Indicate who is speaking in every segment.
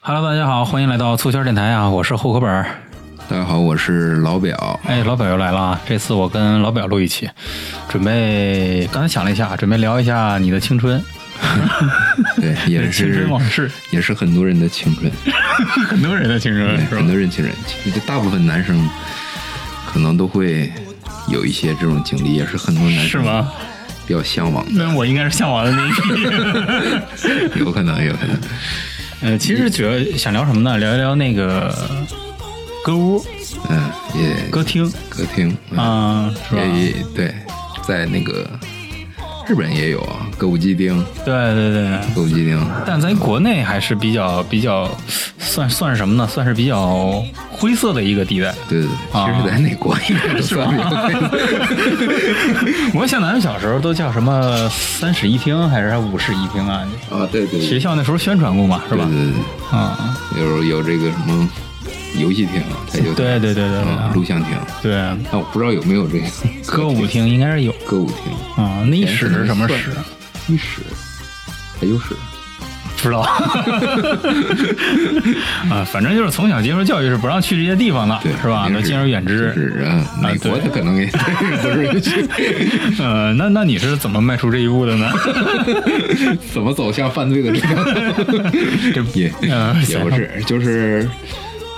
Speaker 1: Hello，大家好，欢迎来到促销电台啊，我是户口本儿。
Speaker 2: 大家好，我是老 表。
Speaker 1: 哎，老表又来了啊，这次我跟老表录一期，准备刚才想了一下，准备聊一下你的青春，
Speaker 2: 对，也
Speaker 1: 青
Speaker 2: 是
Speaker 1: 春往事，
Speaker 2: 也是很多人的青 春，
Speaker 1: 很多人的青春
Speaker 2: 对，很多人青春，就大部分男生可能都会有一些这种经历，也是很多男生
Speaker 1: 是吗？
Speaker 2: 比较 向往的，
Speaker 1: 那我应该是向往的那一 批。
Speaker 2: 有可能，有可能。
Speaker 1: 呃，其实觉得想聊什么呢？聊一聊那个歌屋、
Speaker 2: 嗯，也
Speaker 1: 歌厅
Speaker 2: 歌厅，
Speaker 1: 啊、是吧？
Speaker 2: 嗯也也对，在那个日本也有啊，歌舞伎町，
Speaker 1: 对对对。
Speaker 2: 歌舞伎町，
Speaker 1: 但咱国内还是比较比较，算算是什么呢？算是比较灰色的一个地带。
Speaker 2: 对对对，其
Speaker 1: 啊
Speaker 2: 实在哪国 应该都算有
Speaker 1: 我想咱们小时候都叫什么三室一厅还是五室一厅啊？
Speaker 2: 啊，对对
Speaker 1: 学
Speaker 2: 对，
Speaker 1: 校那时候宣传过嘛，是
Speaker 2: 对
Speaker 1: 吧？
Speaker 2: 对对。
Speaker 1: 啊，
Speaker 2: 有有这个什么游戏厅，啊台球厅，
Speaker 1: 对对对啊对
Speaker 2: 嗯录像厅。
Speaker 1: 对，
Speaker 2: 但我不知道有没有这个
Speaker 1: 歌舞厅应该是有
Speaker 2: 歌舞厅、哎
Speaker 1: 啊。 那一室是什么
Speaker 2: 嗯
Speaker 1: 啊室？
Speaker 2: 一哎室、台球室。
Speaker 1: 不知道 啊，反正就是从小接受教育是不让去这些地方的
Speaker 2: 对，，
Speaker 1: 是吧？
Speaker 2: 肯
Speaker 1: 那
Speaker 2: 定
Speaker 1: 敬而远
Speaker 2: 就
Speaker 1: 之。
Speaker 2: 是啊，美国
Speaker 1: 对
Speaker 2: 的可能也 不是允许，
Speaker 1: 呃，那那你是怎么迈出这一步的 呢？
Speaker 2: 怎么走向犯罪的这个
Speaker 1: 这
Speaker 2: 也
Speaker 1: 呃
Speaker 2: 也不是，就是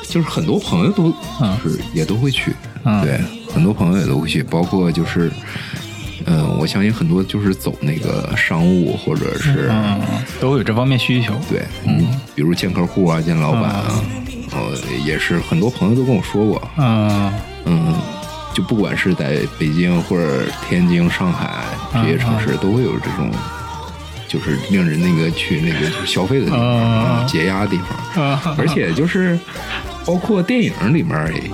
Speaker 2: 就是很多朋友都
Speaker 1: 嗯
Speaker 2: 就是也都会去，
Speaker 1: 嗯
Speaker 2: 对，很多朋友也都会去，包括就是。嗯，我相信很多就是走那个商务或者是
Speaker 1: 嗯，都会有这方面需求。
Speaker 2: 对，嗯，比如见客户啊，见老板啊，呃，也是很多朋友都跟我说过，
Speaker 1: 嗯
Speaker 2: 嗯，就不管是在北京或者天津、上海这些城市，都会有这种，就是令人那个去那个就是消费的地方，
Speaker 1: 嗯
Speaker 2: 嗯解压的地方，
Speaker 1: 啊，
Speaker 2: 而且就是。包括电影里面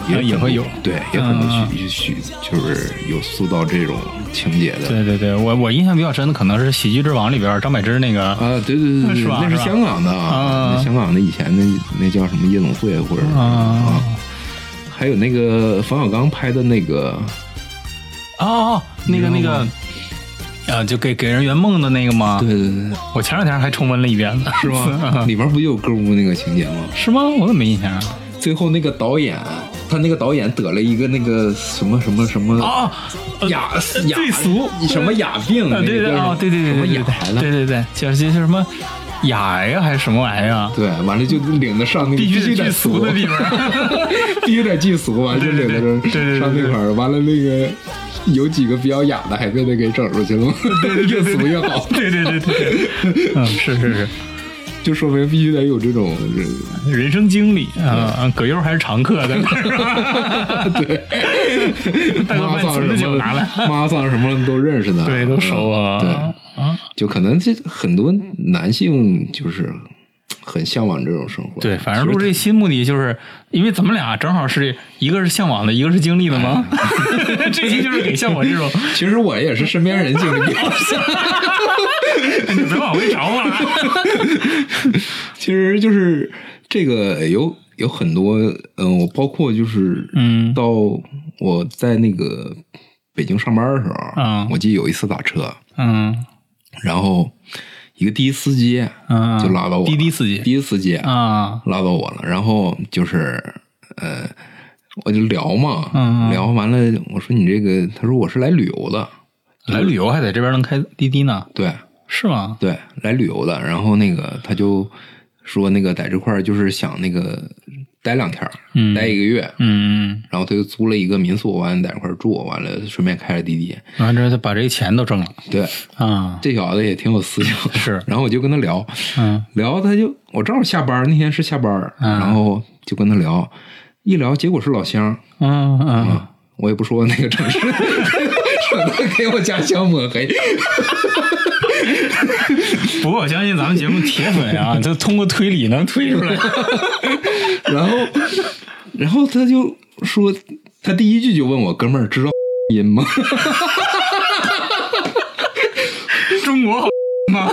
Speaker 2: 也
Speaker 1: 啊也
Speaker 2: 很
Speaker 1: 会有
Speaker 2: 多对，也很多
Speaker 1: 嗯
Speaker 2: 许许就是有塑造这种情节的
Speaker 1: 对对对，我我印象比较深的可能是《喜剧之王》里边张柏芝那个
Speaker 2: 啊，对对对对，
Speaker 1: 是吧
Speaker 2: 那是
Speaker 1: 是吧
Speaker 2: 香港的，啊
Speaker 1: 啊
Speaker 2: 那香港的以前那那叫什么夜总会或者是什么
Speaker 1: 啊
Speaker 2: 啊，还有那个冯小刚拍的那个，
Speaker 1: 哦哦，那个那
Speaker 2: 你知道
Speaker 1: 个
Speaker 2: 吗，
Speaker 1: 呃，就给给人圆梦的那个吗？
Speaker 2: 对对对，
Speaker 1: 我前两天还重温了一遍呢，
Speaker 2: 是 吗？里面不就有歌舞那个情节吗？
Speaker 1: 是吗？我怎么没印象 啊？
Speaker 2: 最后那个导演，他那个导演得了一个那个什么什么什么
Speaker 1: 哦，呃
Speaker 2: 雅
Speaker 1: 呃
Speaker 2: 雅
Speaker 1: 最俗
Speaker 2: 什么雅病，
Speaker 1: 啊，
Speaker 2: 那
Speaker 1: 对
Speaker 2: 个
Speaker 1: 对
Speaker 2: 叫什
Speaker 1: 啊
Speaker 2: 么，
Speaker 1: 对对对对
Speaker 2: 什
Speaker 1: 对
Speaker 2: 么雅
Speaker 1: 对
Speaker 2: 了，
Speaker 1: 对对，叫叫什么雅癌啊还是什么癌 啊？
Speaker 2: 对，完了就领着上那个
Speaker 1: 必须得
Speaker 2: 须
Speaker 1: 去
Speaker 2: 得
Speaker 1: 俗的地方。
Speaker 2: 必须得祭俗，完了就
Speaker 1: 对对
Speaker 2: 领
Speaker 1: 对
Speaker 2: 着
Speaker 1: 对对对
Speaker 2: 人上那块儿，完了那个有几个比较雅的还被他给整出去了， 越俗越好，
Speaker 1: 对对对对， 对嗯，是是
Speaker 2: 就说明必须得有这种
Speaker 1: 是，人生经历啊，葛优还是常 客在那儿，对， 大哥
Speaker 2: 妈
Speaker 1: 把你
Speaker 2: 桑
Speaker 1: 存的
Speaker 2: 什
Speaker 1: 酒
Speaker 2: 么
Speaker 1: 拿来，
Speaker 2: 妈桑什么都认识的，嗯
Speaker 1: 对，都熟啊，
Speaker 2: 对，
Speaker 1: 啊，
Speaker 2: 就可能这很多男性就是很向往这种生活，
Speaker 1: 对，反正
Speaker 2: 其实
Speaker 1: 录这期目的就是，因为咱们俩正好是一个是向往的，一个是经历的 嘛， 这期就是给像我这种，
Speaker 2: 其实我也是身边人经历比较 像，
Speaker 1: 你 别往回找我了。
Speaker 2: 其实就是这个有有很多，嗯，我包括就是，
Speaker 1: 嗯
Speaker 2: 到我在那个北京上班的时候，
Speaker 1: 嗯
Speaker 2: 我记得有一次打车，
Speaker 1: 嗯
Speaker 2: 然后一个的士司机
Speaker 1: 嗯，
Speaker 2: 就拉到我了，
Speaker 1: 滴滴司机
Speaker 2: 的士司机
Speaker 1: 啊，
Speaker 2: 拉到我了，然后就是呃，我就聊嘛，
Speaker 1: 嗯嗯
Speaker 2: 聊完了，我说你这个，他说我是来旅游的，
Speaker 1: 来旅游还在这边能开滴滴呢，
Speaker 2: 对
Speaker 1: 是吗？
Speaker 2: 对，来旅游的，然后那个他就说那个在这块儿就是想那个待两天儿，
Speaker 1: 嗯
Speaker 2: 待一个月，
Speaker 1: 嗯，
Speaker 2: 然后他就租了一个民宿，完了在这块儿住，完了顺便开着滴滴，
Speaker 1: 嗯完之后他把这钱都挣了
Speaker 2: 对，
Speaker 1: 啊，
Speaker 2: 这小子也挺有思想，
Speaker 1: 是
Speaker 2: 然后我就跟他聊，
Speaker 1: 嗯
Speaker 2: 聊他就我正好下班儿，那天是下班儿，
Speaker 1: 嗯
Speaker 2: 然后就跟他聊，一聊结果是老乡，
Speaker 1: 嗯嗯，
Speaker 2: 啊，我也不说那个城市，省得给我家乡抹黑。
Speaker 1: 不过我相信咱们节目铁粉 啊，就通过推理能推出来，
Speaker 2: 然后，然后他就说，他第一句就问我哥们儿知道 音吗？
Speaker 1: 中国好吗？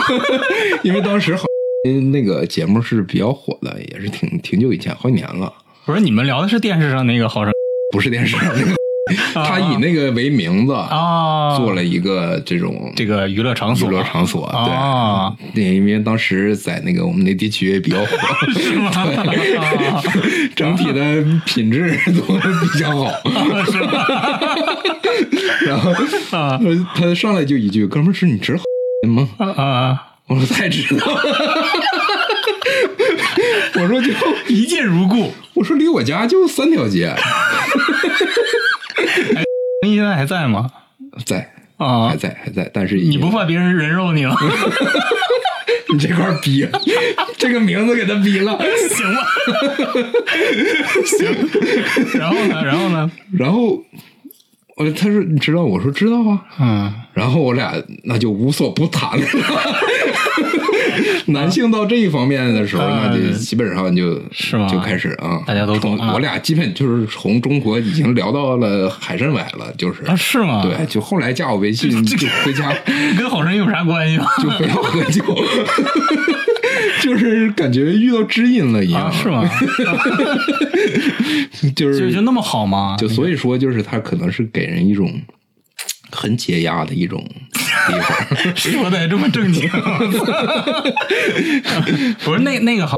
Speaker 2: 因为当时好音那个节目是比较火的，也是挺挺久以前，好几年了，
Speaker 1: 不是你们聊的是电视上那个好声
Speaker 2: 不是电视上那个他以那个为名字
Speaker 1: 啊，
Speaker 2: 做了一个这种
Speaker 1: 这个娱乐场所，
Speaker 2: 娱乐场所，
Speaker 1: 啊，
Speaker 2: 对，对，因为当时在那个我们那地区也比较火，
Speaker 1: 是吗？ 啊
Speaker 2: 整体的品质 都比较好，
Speaker 1: 啊是吧？
Speaker 2: 然后
Speaker 1: 啊
Speaker 2: 他上来就一句：“哥们儿， 是你侄吗
Speaker 1: 啊啊！？”
Speaker 2: 我说：“太知道。”我说就
Speaker 1: 一见如故。
Speaker 2: 我说离我家就三条街，
Speaker 1: 你现在还在吗？
Speaker 2: 在
Speaker 1: 啊
Speaker 2: 还，在还在，但是已经
Speaker 1: 你不怕别人人肉你了？
Speaker 2: 你 这块儿逼，这个名字给他逼了。
Speaker 1: 行吧， 行。然后呢？然后呢？
Speaker 2: 然后我他说你知道吗，我说知道啊，
Speaker 1: 嗯，
Speaker 2: 然后我俩那就无所不 谈了。男性到这一方面的时候，
Speaker 1: 啊
Speaker 2: 那就基本上就是
Speaker 1: 吗
Speaker 2: 就开始啊，
Speaker 1: 大家都懂
Speaker 2: 从
Speaker 1: 啊
Speaker 2: 我俩基本就是从中国已经聊到了海参崴了，就是
Speaker 1: 啊，是吗？
Speaker 2: 对，，就后来加我 微信就回家
Speaker 1: 跟好人有啥关系吗？
Speaker 2: 就非要喝酒， 就是感觉遇到知音了一
Speaker 1: 啊，
Speaker 2: 样，
Speaker 1: 是？吗？
Speaker 2: 就
Speaker 1: 就是就那么好吗？
Speaker 2: 就所以说，就是他可能是给人一种很解压的一种 地方。
Speaker 1: 说的这么正 经，不是那那个好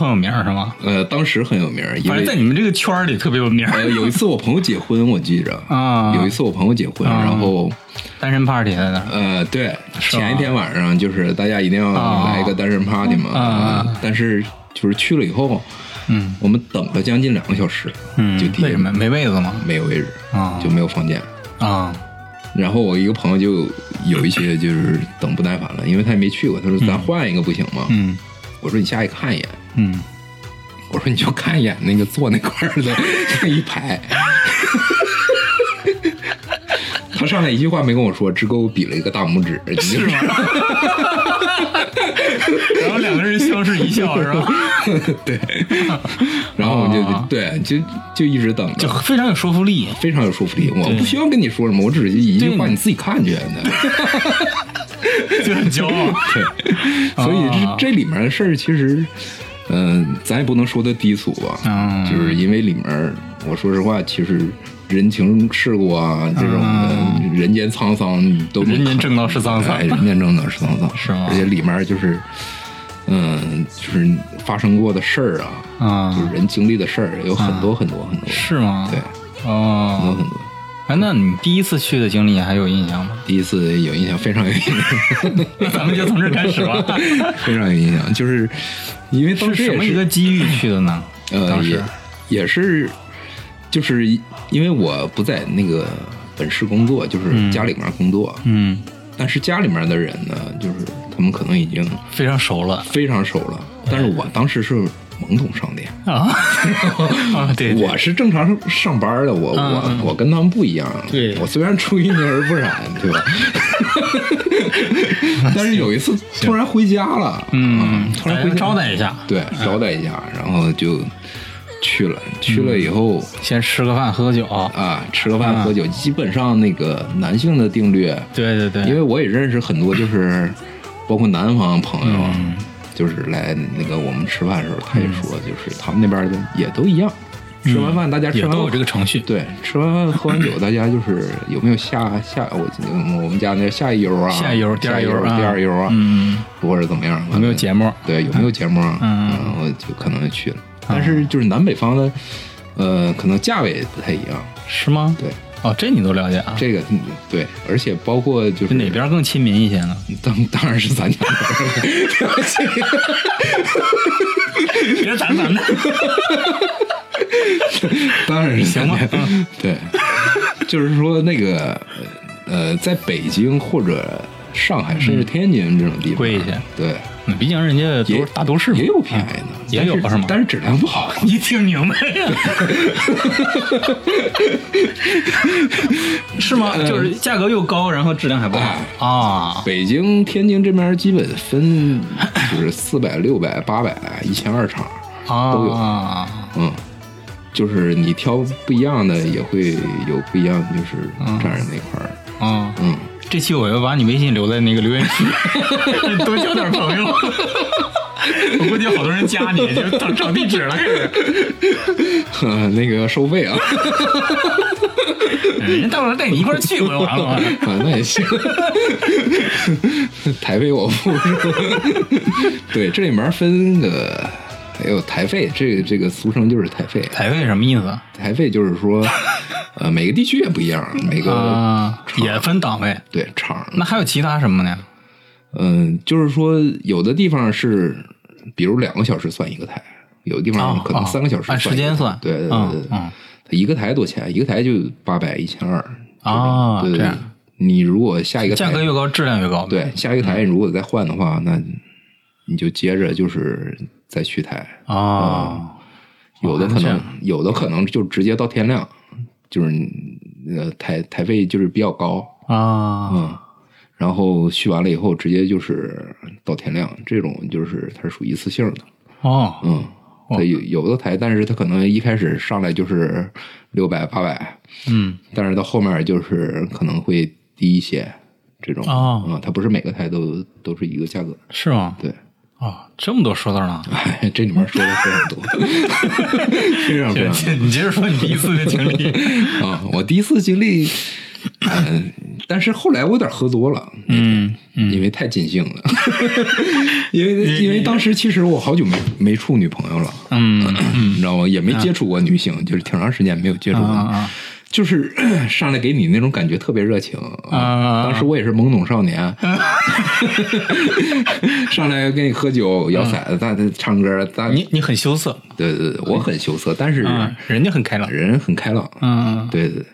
Speaker 1: 很有名儿是吗？
Speaker 2: 呃，当时很有名儿，因
Speaker 1: 反正在
Speaker 2: 为
Speaker 1: 你们这个圈儿里特别有名儿
Speaker 2: 呃有一次我朋友结婚，我记着
Speaker 1: 啊
Speaker 2: 有一次我朋友结婚，
Speaker 1: 啊
Speaker 2: 然后
Speaker 1: 单身 party 在那儿
Speaker 2: 呃，对，
Speaker 1: 是吗
Speaker 2: 前一天晚上就是大家一定要
Speaker 1: 啊
Speaker 2: 来一个单身 party 嘛，
Speaker 1: 啊
Speaker 2: 呃但是就是去了以后，
Speaker 1: 嗯
Speaker 2: 我们等了将近两个小时，
Speaker 1: 嗯
Speaker 2: 就，第一
Speaker 1: 为什么没位子吗？
Speaker 2: 没有位置
Speaker 1: 啊
Speaker 2: 就没有房间。
Speaker 1: 啊
Speaker 2: 然后我一个朋友就有一些就是等不耐烦了，因为他也没去过，他说咱换一个不行吗？
Speaker 1: 嗯
Speaker 2: 我说你下去看一眼，
Speaker 1: 嗯，
Speaker 2: 我说你就看一眼那个坐那块儿的那一排。他上来一句话没跟我说，只给我比了一个大拇指，就是
Speaker 1: 吗？然后两个人相视一笑是吧？
Speaker 2: 对。然后我就、
Speaker 1: 啊
Speaker 2: 对，就就一直等
Speaker 1: 就
Speaker 2: 着，
Speaker 1: 非常有说服力。
Speaker 2: 非常有说服力。我
Speaker 1: 对
Speaker 2: 不需要跟你说什么，我只是一句话，
Speaker 1: 对
Speaker 2: 你自己看去。
Speaker 1: 就很骄傲。
Speaker 2: 对，所以
Speaker 1: 啊
Speaker 2: 这这里面的事儿其实，嗯、咱也不能说的低俗吧，
Speaker 1: 嗯
Speaker 2: 就是因为里面儿，我说实话，其实人情世故啊，这种的人间沧桑你都能
Speaker 1: 人间正道是沧桑
Speaker 2: 哎人间正道是沧桑，
Speaker 1: 是吗
Speaker 2: 而且里面儿就是，嗯，就是发生过的事儿啊，
Speaker 1: 啊
Speaker 2: 就是人经历的事儿有很多很多很多，
Speaker 1: 是吗？
Speaker 2: 对，很多
Speaker 1: 哦，
Speaker 2: 很多。
Speaker 1: 哎，那你第一次去的经历还有印象吗？
Speaker 2: 第一次有印象， 非常有印象，
Speaker 1: 那咱们就从这儿开始吧。
Speaker 2: 非常有印象，就是因为当
Speaker 1: 是
Speaker 2: 时
Speaker 1: 什
Speaker 2: 也
Speaker 1: 么
Speaker 2: 是
Speaker 1: 一个机遇去的呢？
Speaker 2: 呃，
Speaker 1: 当时
Speaker 2: 也也是，就是因为我不在那个本市工作，就是家里面工作，
Speaker 1: 嗯，
Speaker 2: 但是家里面的人呢，就是他们可能已经
Speaker 1: 非常熟了
Speaker 2: 非常熟了，但是我当时是懵懂上点，
Speaker 1: 啊啊！对，对
Speaker 2: 我是正常上班的，我
Speaker 1: 嗯
Speaker 2: 我我跟他们不一样，
Speaker 1: 对
Speaker 2: 我虽然出淤泥而不染，对吧？ 但是有 一次突然回家了，啊
Speaker 1: 嗯，
Speaker 2: 突然回
Speaker 1: 来
Speaker 2: 家
Speaker 1: 招待一下，
Speaker 2: 对，招待一下，然后就去了，去了以后。
Speaker 1: 先吃个饭，喝个酒。
Speaker 2: 啊，吃个饭喝酒，基本上那个男性的定律，
Speaker 1: 对对对，
Speaker 2: 因为我也认识很多，就是包括南方朋友，啊
Speaker 1: 嗯
Speaker 2: 就是来那个我们吃饭的时候，他也说，就是他们那边的也都一样，吃完饭大家
Speaker 1: 嗯也
Speaker 2: 吃完
Speaker 1: 都有
Speaker 2: 饭
Speaker 1: 这个程序。
Speaker 2: 对，吃完饭 喝完酒，大家就是有没有下下我我们家那下一悠啊，
Speaker 1: 下一悠第二
Speaker 2: 下一
Speaker 1: 悠啊
Speaker 2: 第二悠啊，
Speaker 1: 嗯，
Speaker 2: 或者怎么样，
Speaker 1: 有没有节目？
Speaker 2: 对，有没有节目啊？
Speaker 1: 嗯
Speaker 2: 然后就可能去了，但是就是南北方的，呃，可能价位不太一样，
Speaker 1: 是吗？
Speaker 2: 对。
Speaker 1: 哦，这你都了解啊？
Speaker 2: 这个嗯对，而且包括就是
Speaker 1: 就哪？边更亲民一些呢？
Speaker 2: 当当然是咱家那边了
Speaker 1: 别咱咱的，
Speaker 2: 当然是咱家
Speaker 1: 行吧嗯
Speaker 2: 对，就是说那个呃，在北京或者上海甚至天津这种地方，
Speaker 1: 嗯贵一些
Speaker 2: 对，
Speaker 1: 嗯毕竟人家都
Speaker 2: 也
Speaker 1: 是大都市嘛，
Speaker 2: 也有便宜的，
Speaker 1: 也有
Speaker 2: 但
Speaker 1: 是吗
Speaker 2: 但是质量不好。
Speaker 1: 你挺明白 呀，是吗？
Speaker 2: 嗯
Speaker 1: 就是价格又高，然后质量还不
Speaker 2: 哎
Speaker 1: 好啊。
Speaker 2: 北京、天津这边基本分就是四百、六百、八百、一千二场，
Speaker 1: 啊，
Speaker 2: 都有嗯，就是你挑不一样的也会有不一样，就是
Speaker 1: 嗯
Speaker 2: 站着那块儿，
Speaker 1: 啊！
Speaker 2: 嗯
Speaker 1: 这期我要把你微信留在那个留言区， 你多交点朋友。我估计好多人加 你，就找找地址了，开始。
Speaker 2: 呵那个收费啊，
Speaker 1: 人家到时候带你一块儿去不就完了吗？
Speaker 2: 啊，那也行。台北我付是吧？对，这里面分个，哎呦，台费，这个这个俗称就是台费。
Speaker 1: 台费什么意思啊
Speaker 2: 台费就是说，呃，每个地区也不一样，每个、
Speaker 1: 啊？也分档位，
Speaker 2: 对厂，
Speaker 1: 那还有其他什么呢？
Speaker 2: 嗯、就是说有的地方是，比如两个小时算一个台，有的地方
Speaker 1: 哦
Speaker 2: 可能
Speaker 1: 哦
Speaker 2: 三个小时
Speaker 1: 按
Speaker 2: 算
Speaker 1: 时
Speaker 2: 一个
Speaker 1: 间
Speaker 2: 台
Speaker 1: 算
Speaker 2: 对对
Speaker 1: 嗯
Speaker 2: 对对，
Speaker 1: 嗯
Speaker 2: 它一个台多少钱？一个台就八百一千二
Speaker 1: 啊
Speaker 2: 对
Speaker 1: 这
Speaker 2: 对对
Speaker 1: 样
Speaker 2: 你如果下一个台
Speaker 1: 价格越高，质量越高。
Speaker 2: 对，下一个台你如果再换的话，那你就接着就是再续台，嗯
Speaker 1: 哦，
Speaker 2: 有的
Speaker 1: 哦
Speaker 2: 可
Speaker 1: 这
Speaker 2: 能
Speaker 1: 样
Speaker 2: 有的可能就直接到天亮，就是呃台台费就是比较高，
Speaker 1: 啊，
Speaker 2: 嗯，然后续完了以后直接就是到天亮，这种就是它是属于一次性的，
Speaker 1: 哦，
Speaker 2: 嗯，它有有的台，但是它可能一开始上来就是六百八百，
Speaker 1: 嗯，
Speaker 2: 但是到后面就是可能会低一些，这种
Speaker 1: 哦
Speaker 2: 嗯，它不是每个台都都是一个价格，
Speaker 1: 是吗？
Speaker 2: 对。
Speaker 1: 哦，这么多说道呢？
Speaker 2: 哎， 这里面说的非常多，非常非常
Speaker 1: 行， 你接着说你第一次的经历。
Speaker 2: 多啊！我第一次经历，嗯、但是后来我有点喝多了，
Speaker 1: 嗯嗯，
Speaker 2: 因为太尽兴了， 因为因为当时其实我好久没没处女朋友了，
Speaker 1: 嗯
Speaker 2: 你知道吗？也没接触过女性，就是挺长时间没有接触过，
Speaker 1: 啊啊啊
Speaker 2: 就是 上来给你那种感觉特别热情
Speaker 1: 啊啊
Speaker 2: 当时我也是懵懂少年， 上来跟你喝酒、摇骰子、大唱歌，大
Speaker 1: 你你很羞涩，
Speaker 2: 对对对，我很羞涩，但是
Speaker 1: 嗯，人家很开朗，
Speaker 2: 人很开朗，
Speaker 1: 嗯嗯
Speaker 2: 对对对，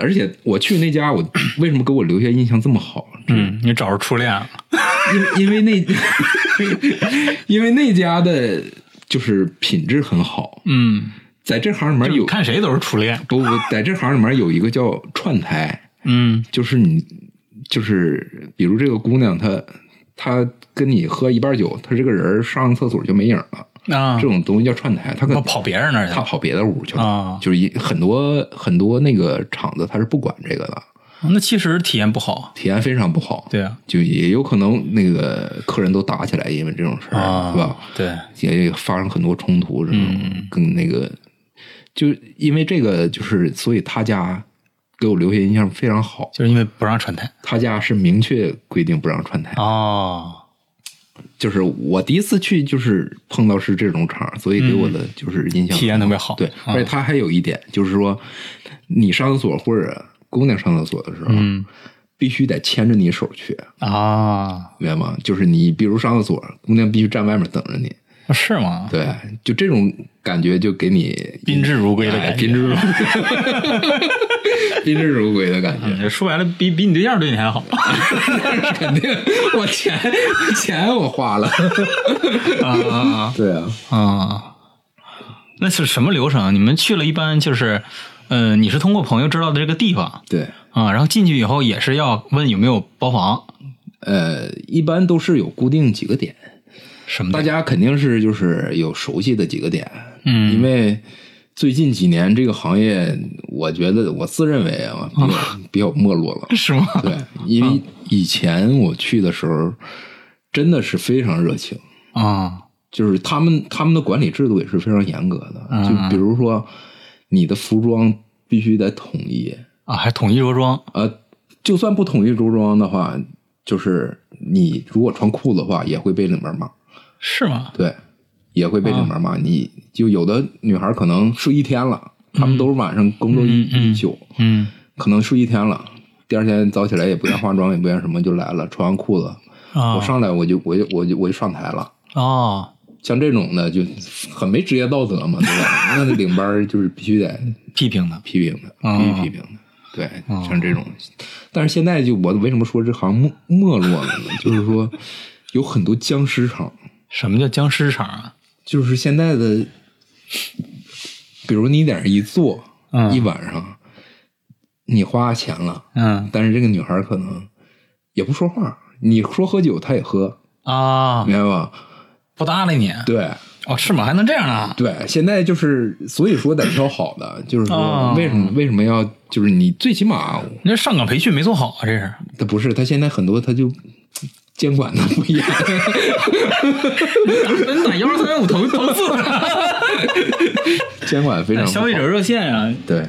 Speaker 2: 而且我去那家，我为什么给我留下印象这么好？
Speaker 1: 嗯，你找着初恋了，
Speaker 2: 因因为那， 因为那家的就是品质很好，
Speaker 1: 嗯，
Speaker 2: 在这行里面
Speaker 1: 就
Speaker 2: 有
Speaker 1: 你嗯看谁都是初恋，
Speaker 2: 不不，在这行里面有一个叫串台，
Speaker 1: 嗯
Speaker 2: 就是你就是比如这个姑娘她她跟你喝一半酒，她这个人上厕所就没影了，
Speaker 1: 啊
Speaker 2: 这，种东西叫串台，她可
Speaker 1: 我
Speaker 2: 能
Speaker 1: 跑别人那儿去
Speaker 2: 他
Speaker 1: 了，
Speaker 2: 跑别的屋去了，
Speaker 1: 啊
Speaker 2: 就是一很多很多那个厂子他是不管这个的，
Speaker 1: 那其实体验不好，
Speaker 2: 体验非常不好。
Speaker 1: 对啊，
Speaker 2: 就也有可能那个客人都打起来，因为这种事儿，
Speaker 1: 啊，嗯
Speaker 2: 是吧？
Speaker 1: 对，
Speaker 2: 也发生很多冲突，这种、跟那个，就因为这个，就是所以他家给我留下印象非常好。
Speaker 1: 就是因为不让传台，
Speaker 2: 他家是明确规定不让串台，
Speaker 1: 哦，
Speaker 2: 就是我第一次去就是碰到是这种场儿，所以给我的就是印
Speaker 1: 嗯
Speaker 2: 象
Speaker 1: 体验特别好，
Speaker 2: 对，
Speaker 1: 嗯
Speaker 2: 而且他还有一点就是说，你上厕所或者姑娘上厕所的时候，
Speaker 1: 嗯
Speaker 2: 必须得牵着你手去，
Speaker 1: 啊，
Speaker 2: 明白吗？就是你比如上厕所，姑娘必须站外面等着你，
Speaker 1: 是吗？
Speaker 2: 对，就这种感觉就给你
Speaker 1: 宾至如归的
Speaker 2: 哎
Speaker 1: 感觉，
Speaker 2: 宾至如宾至如归的 感 觉。
Speaker 1: 嗯说白了，比比你对象对你还好
Speaker 2: 肯定，我钱钱我花了，
Speaker 1: 啊
Speaker 2: 对啊，
Speaker 1: 啊！那是什么流程？你们去了，一般就是，呃，你是通过朋友知道的这个地方
Speaker 2: 对，
Speaker 1: 啊，然后进去以后也是要问有没有包房
Speaker 2: 呃，一般都是有固定几个点，
Speaker 1: 什么
Speaker 2: 大
Speaker 1: 的，
Speaker 2: 家肯定是就是有熟悉的几个点，
Speaker 1: 嗯，。
Speaker 2: 因为最近几年这个行业，我觉得我自认为啊，比较、比较没落了
Speaker 1: 是吗？
Speaker 2: 对，因为以前我去的时候，真的是非常热情，
Speaker 1: 啊，
Speaker 2: 就是他们他们的管理制度也是非常严格的，
Speaker 1: 嗯
Speaker 2: 就比如说你的服装必须得统一，
Speaker 1: 啊，还统一着装
Speaker 2: 呃，就算不统一着装的话，就是你如果穿裤子的话，也会被里面骂。
Speaker 1: 是吗？
Speaker 2: 对，也会被里面
Speaker 1: 嗯
Speaker 2: 骂。你就有的女孩可能睡一天了，她们都是晚上工作一、
Speaker 1: 嗯嗯
Speaker 2: 一宿，
Speaker 1: 嗯
Speaker 2: 可能睡一天了，第二天早起来也不愿化妆，也不愿什么就来了，穿完裤子，
Speaker 1: 啊
Speaker 2: 我上来我就我就我就我就上台了。
Speaker 1: 哦，
Speaker 2: 像这种的就很没职业道德嘛，对 吧？那领班儿就是必须得
Speaker 1: 批评的
Speaker 2: 批评的，
Speaker 1: 哦
Speaker 2: 必须批评的。对，
Speaker 1: 啊
Speaker 2: 像这种，但是现在就我为什么说这行没没落 了呢？就是说有很多僵尸场，
Speaker 1: 什么叫僵尸场啊？
Speaker 2: 就是现在的，比如你在那儿一坐、
Speaker 1: 嗯
Speaker 2: 一晚上，你花钱了，
Speaker 1: 嗯
Speaker 2: 但是这个女孩可能也不说话，你说喝酒她也喝，
Speaker 1: 啊，
Speaker 2: 明白吧？
Speaker 1: 不搭理你
Speaker 2: 对
Speaker 1: 哦，是吗？还能这样呢？
Speaker 2: 对，现在就是所以说得挑好的，就是
Speaker 1: 哦
Speaker 2: 说为什么、为什么要就是你最起码
Speaker 1: 你这上岗培训没做好啊，这是
Speaker 2: 他不是他现在很多他就监管的不严，
Speaker 1: 真打幺二三五投投诉
Speaker 2: 监管非常
Speaker 1: 他，
Speaker 2: 不好
Speaker 1: 消费者热线啊，
Speaker 2: 对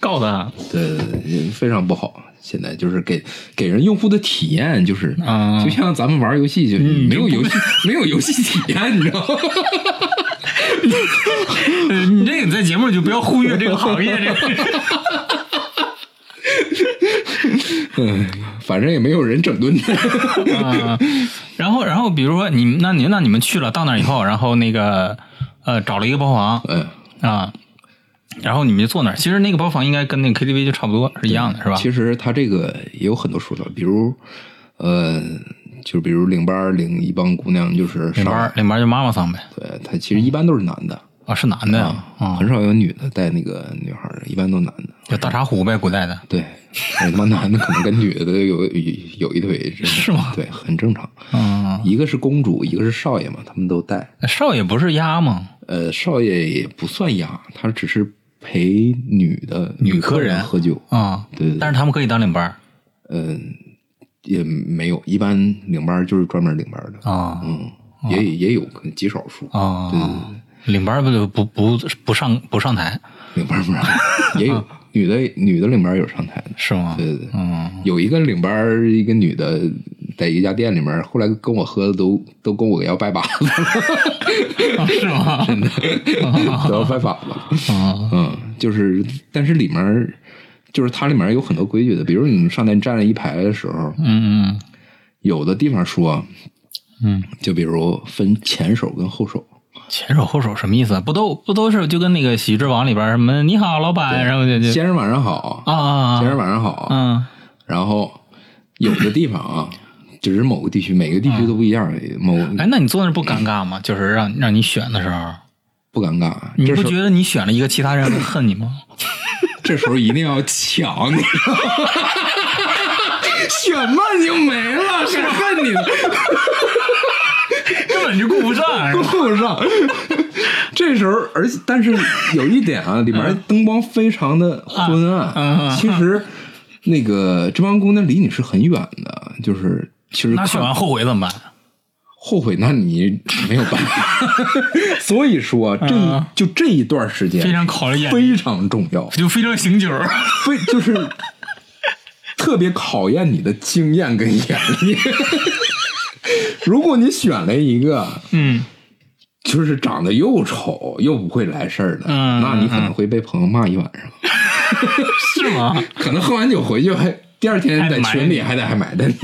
Speaker 1: 告他
Speaker 2: 对对对，非常不好。现在就是给给人用户的体验，就是、
Speaker 1: 啊嗯
Speaker 2: 就像咱们玩游戏就没有
Speaker 1: 就
Speaker 2: 游戏、没有游戏体验，你知道吗？
Speaker 1: 呃 你这个在节目里就不要忽略这个行业，这个
Speaker 2: 嗯，反正也没有人整顿他。
Speaker 1: 啊。然后，然后比如说你那你那你们去了到那儿以后，然后那个呃找了一个包房
Speaker 2: 嗯，
Speaker 1: 啊，然后你们就坐那儿。其实那个包房应该跟那个 KTV 就差不多是一样的，是吧？
Speaker 2: 其实他这个也有很多说法，比如，呃，就比如领班儿领一帮姑娘，就是
Speaker 1: 领
Speaker 2: 上
Speaker 1: 班儿领班儿就妈妈桑呗。
Speaker 2: 对他其实一般都是男的，
Speaker 1: 啊，是男的呀，啊，
Speaker 2: 很少有女的带那个女孩儿，一般都男的。
Speaker 1: 有大茶壶呗，古代的。
Speaker 2: 对，我他妈男的可能跟女的有有有一腿，真的
Speaker 1: 是吗
Speaker 2: 对，很正常。
Speaker 1: 嗯，
Speaker 2: 一个是公主，一个是少爷嘛，他们都带。
Speaker 1: 少爷不是鸭吗？
Speaker 2: 呃，少爷也不算压，他只是陪女的
Speaker 1: 女客人
Speaker 2: 喝酒。
Speaker 1: 啊，
Speaker 2: 对对对
Speaker 1: 但是他们可以当领班儿
Speaker 2: 嗯，也没有，一般领班就是专门领班的，
Speaker 1: 啊
Speaker 2: 嗯，也也有可能极少数，
Speaker 1: 啊
Speaker 2: 对对对，
Speaker 1: 领班儿不就不不不上不上台
Speaker 2: 领班不让，也有
Speaker 1: 啊
Speaker 2: 女的女的领班有上台的，
Speaker 1: 是吗？
Speaker 2: 对对对，
Speaker 1: 嗯，
Speaker 2: 有一个领班儿一个女的在一家店里面，后来跟我喝的都都跟我要拜把子，
Speaker 1: 啊是 吗？真 的
Speaker 2: 都要拜把子，
Speaker 1: 啊
Speaker 2: 嗯，就是但是里面儿就是它里面有很多规矩的，比如你们上台站一排的时候，
Speaker 1: 嗯嗯
Speaker 2: 有的地方说，
Speaker 1: 嗯，
Speaker 2: 就比如分前手跟后手。
Speaker 1: 前手后手什么意思啊？不都不都是就跟那个《喜剧之王》里边儿什么你好老板，然后就就
Speaker 2: 先生晚上好，
Speaker 1: 啊啊
Speaker 2: 先生
Speaker 1: 啊
Speaker 2: 晚上好。
Speaker 1: 嗯
Speaker 2: 然后有的地方啊， 只是某个地区，每个地区都不一样，某
Speaker 1: 哎，那你坐那儿不尴尬吗？就是让让你选的时候，
Speaker 2: 不尴尬。啊
Speaker 1: 你
Speaker 2: 这
Speaker 1: 不
Speaker 2: 时候
Speaker 1: 觉得你选了一个其他人会恨你吗？
Speaker 2: 这时候一定要抢，你 知道吗？选慢就没了，谁恨你呢？
Speaker 1: 根本就顾不上，
Speaker 2: 够上。这时候，而且但是有一点啊，里面灯光非常的昏暗。
Speaker 1: 嗯嗯
Speaker 2: 其实那个这帮姑娘离你是很远的，就是其实
Speaker 1: 那选
Speaker 2: 看
Speaker 1: 完后悔怎么办？
Speaker 2: 后悔，那你没有办法。 所以说，啊这
Speaker 1: 嗯
Speaker 2: 就这一段时间
Speaker 1: 非常考验
Speaker 2: 非常重要，
Speaker 1: 就非常醒酒。
Speaker 2: 非就是 特别考验你的经验跟眼力。 如果你选了一个
Speaker 1: 嗯，
Speaker 2: 就是长得又丑又不会来事儿的，
Speaker 1: 嗯
Speaker 2: 那你可能会被朋友骂一晚上，
Speaker 1: 是吗？
Speaker 2: 可能喝完酒回去还第二天在群里还得还埋汰你。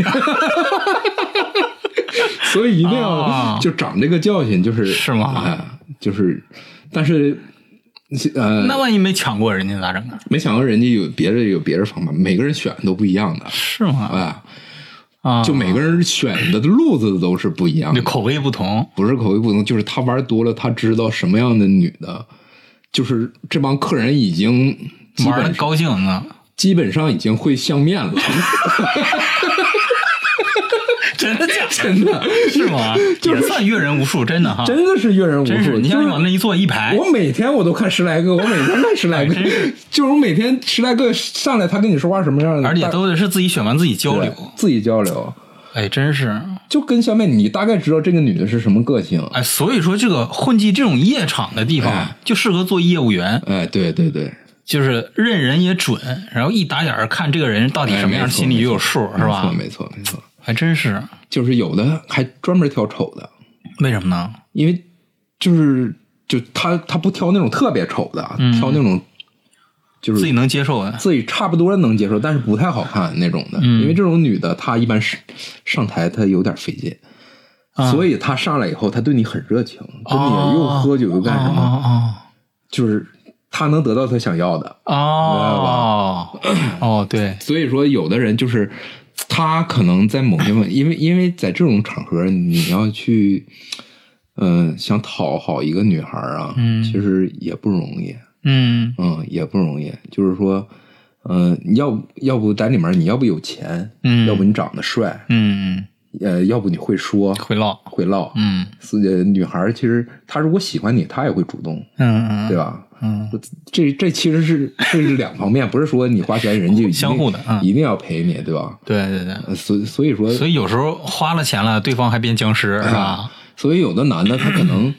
Speaker 2: 所以一定要
Speaker 1: 哦
Speaker 2: 就长这个教训，就是
Speaker 1: 是吗
Speaker 2: 啊，就是，但是呃，
Speaker 1: 那万一没抢过人家咋整啊？
Speaker 2: 没想到人家有别人有别人方法，每个人选都不一样的
Speaker 1: 是吗？
Speaker 2: 啊，
Speaker 1: 啊，
Speaker 2: 就每个人选的路子都是不一样
Speaker 1: 你
Speaker 2: 的，
Speaker 1: 口味不同
Speaker 2: 不是口味不同，就是他玩多了，他知道什么样的女的，就是这帮客人已经基
Speaker 1: 玩的
Speaker 2: 本
Speaker 1: 高兴呢，
Speaker 2: 基本上已经会相面了，
Speaker 1: 真的假的？
Speaker 2: 真的
Speaker 1: 是 吗？也算阅人无数，真的哈，
Speaker 2: 真的是阅人无
Speaker 1: 啊真
Speaker 2: 数。
Speaker 1: 是。你
Speaker 2: 就
Speaker 1: 像
Speaker 2: 是
Speaker 1: 你往那一坐一排，
Speaker 2: 我每天我都看十来个，我每 天看十来个，就是我每天十来个上来，他跟你说话什么样的，
Speaker 1: 而且
Speaker 2: 大
Speaker 1: 都得是自己选完自己交
Speaker 2: 嗯对
Speaker 1: 流。
Speaker 2: 自己交流，
Speaker 1: 哎，真是
Speaker 2: 就跟相面，你大概知道这个女的是什么个性，
Speaker 1: 哎，所以说这个混迹这种夜场的地
Speaker 2: 哎
Speaker 1: 方，就适合做业务员，
Speaker 2: 哎，对对对，
Speaker 1: 就是认人也准，然后一打眼儿看这个人到底
Speaker 2: 哎
Speaker 1: 什么样，
Speaker 2: 没错
Speaker 1: 心里就有数，是吧？
Speaker 2: 没错没错没错，
Speaker 1: 还真是，
Speaker 2: 就是有的还专门挑丑的，
Speaker 1: 为什么呢？
Speaker 2: 因为就是就他他不挑那种特别丑的，
Speaker 1: 嗯
Speaker 2: 挑那种就是
Speaker 1: 自己能接受啊的，
Speaker 2: 自己差不多能接受，但是不太好看那种的。
Speaker 1: 嗯
Speaker 2: 因为这种女的，她一般是上台她有点费劲，
Speaker 1: 啊
Speaker 2: 所以她上来以后，她对你很热情，跟
Speaker 1: 哦
Speaker 2: 你又喝酒又干什么，
Speaker 1: 哦
Speaker 2: 就是她能得到她想要的。
Speaker 1: 哦哦哦哦，对，
Speaker 2: 所以说，有的人就是他可能在某些问， 因为因为在这种场合，你要去，嗯、想讨好一个女孩啊，
Speaker 1: 嗯
Speaker 2: 其实也不容易，
Speaker 1: 嗯
Speaker 2: 嗯，也不容易。就是说，呃嗯、要要不在里面，你要不有钱，
Speaker 1: 嗯
Speaker 2: 要不你长得帅，
Speaker 1: 嗯
Speaker 2: 呃，要不你会说
Speaker 1: 会唠，
Speaker 2: 会唠，
Speaker 1: 嗯
Speaker 2: 是呃，女孩儿其实她如果喜欢你，她也会主动，
Speaker 1: 嗯嗯，
Speaker 2: 对吧？
Speaker 1: 嗯，
Speaker 2: 这这其实是是两方面，不是说你花钱人家一定
Speaker 1: 相互的嗯
Speaker 2: 一定要陪你，对吧？
Speaker 1: 对对对。
Speaker 2: 呃所以所以说，
Speaker 1: 所以有时候花了钱了，对方还变僵尸是吧？
Speaker 2: 所以有的男的他可 能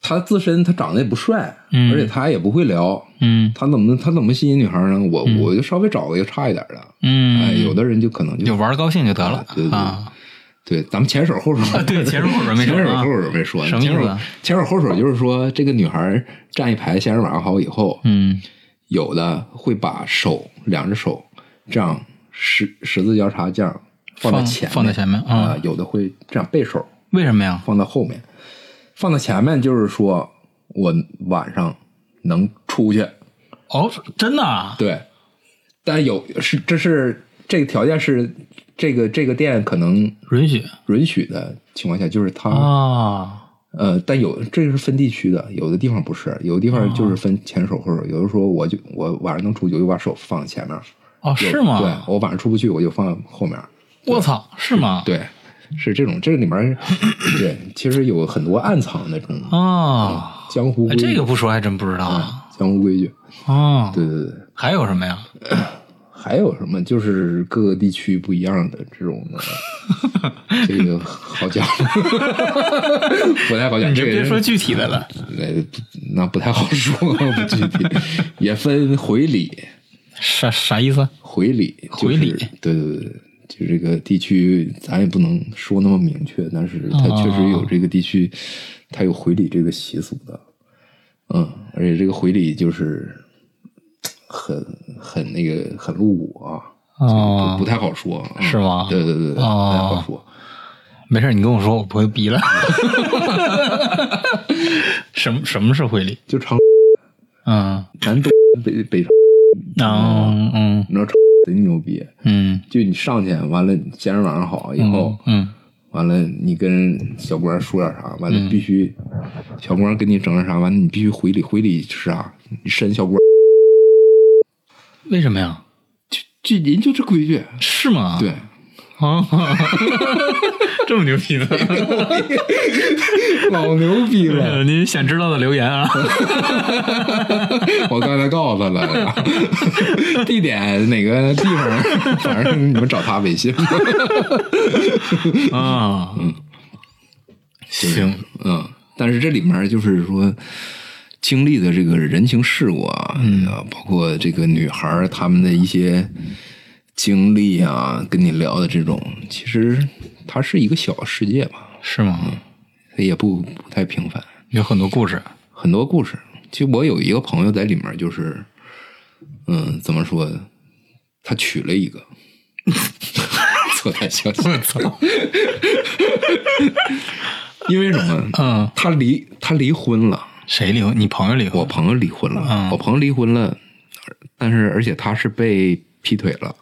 Speaker 2: 他自身他长得也不帅，
Speaker 1: 嗯
Speaker 2: 而且他也不会聊，
Speaker 1: 嗯
Speaker 2: 他怎么他怎么吸引女孩呢？我、我就稍微找个一个差一点的，
Speaker 1: 嗯，
Speaker 2: 哎，有的人就可能就
Speaker 1: 就玩的高兴就得了
Speaker 2: 啊对对
Speaker 1: 啊。
Speaker 2: 对，咱们前手后手，
Speaker 1: 啊 对前手后手没说
Speaker 2: 前手
Speaker 1: 啊
Speaker 2: 后手没说，
Speaker 1: 什么意思
Speaker 2: 前手
Speaker 1: 啊
Speaker 2: 前手后手就是说，这个女孩站一排先是马好以后，
Speaker 1: 嗯
Speaker 2: 有的会把手两只手这样十十字交叉这样放在
Speaker 1: 放
Speaker 2: 前面
Speaker 1: 放在前面啊
Speaker 2: 啊、有的会这样背手
Speaker 1: 为什么呀？
Speaker 2: 放到后面，放到前面就是说我晚上能出去，
Speaker 1: 哦，真的啊？
Speaker 2: 对，但有是这是这个条件是这个这个店可能
Speaker 1: 允许
Speaker 2: 允许的情况下，就是他、
Speaker 1: 啊？
Speaker 2: 呃，但有这是分地区的，有的地方不是，有的地
Speaker 1: 哦
Speaker 2: 方就是分前手后手，有的时候我就我晚上能出去，我就把手放在前面，
Speaker 1: 哦，
Speaker 2: 有
Speaker 1: 是吗？
Speaker 2: 对，我晚上出不去，我就放后面，
Speaker 1: 我操，是吗？
Speaker 2: 对，是这种，这里面儿对，其实有很多暗藏的这种
Speaker 1: 啊，
Speaker 2: 江湖规
Speaker 1: 哎
Speaker 2: 矩，
Speaker 1: 这个不说还真不知道啊。
Speaker 2: 江湖规矩，
Speaker 1: 哦，
Speaker 2: 嗯对对对。
Speaker 1: 还有什么呀？
Speaker 2: 还有什么？就是各个地区不一样的这种的， 这个好讲，不太好讲。
Speaker 1: 你就
Speaker 2: 这个
Speaker 1: 别
Speaker 2: 人
Speaker 1: 说具体的了，
Speaker 2: 呃，那不太好说，不具体，也分回礼，
Speaker 1: 啥啥意思？
Speaker 2: 回礼，就是
Speaker 1: 回礼，
Speaker 2: 对对对，就这个地区，咱也不能说那么明确，但是它确实
Speaker 1: 哦
Speaker 2: 有这个地区，它有回礼这个习俗的，嗯，而且这个回礼就是很很那个很露骨啊，
Speaker 1: 哦
Speaker 2: 不不太好说，嗯
Speaker 1: 是吗
Speaker 2: 对对对，对不太好说。
Speaker 1: 没事，你跟我说，我不会逼了。 什么什么是回礼？
Speaker 2: 就长
Speaker 1: 嗯，
Speaker 2: 南东北北长，哦
Speaker 1: 嗯嗯
Speaker 2: 你知道长贼牛逼，
Speaker 1: 嗯
Speaker 2: 就你上去完了，先生晚上好以后。
Speaker 1: 嗯
Speaker 2: 完了，你跟小官说点啥？完了，必须、小官给你整点啥？完了，你必须回礼，回礼是啥？你伸小官，
Speaker 1: 嗯，为什么呀？
Speaker 2: 这人就这规矩。
Speaker 1: 是吗？
Speaker 2: 对，
Speaker 1: 啊， 这么牛逼呢？
Speaker 2: 老牛逼 了！
Speaker 1: 您想知道的留言啊，
Speaker 2: 我刚才告诉他了，地点哪个地方，反正你们找他微信。
Speaker 1: 啊，行，
Speaker 2: 嗯，但是这里面就是说。经历的这个人情世故啊，啊包括这个女孩儿她们的一些经历啊，跟你聊的这种，其实它是一个小世界吧，
Speaker 1: 是吗？
Speaker 2: 它也不不太平凡，
Speaker 1: 有很多故事，
Speaker 2: 很多故事。其实我有一个朋友在里面，就是，嗯，怎么说，他娶了一个， 错太消息，
Speaker 1: 我操，
Speaker 2: 因为什么？
Speaker 1: 嗯，
Speaker 2: 他离他离婚了。
Speaker 1: 谁离婚？你朋友离婚？
Speaker 2: 我朋友离婚了，
Speaker 1: 嗯
Speaker 2: 我朋友离婚了，但是而且他是被劈腿了，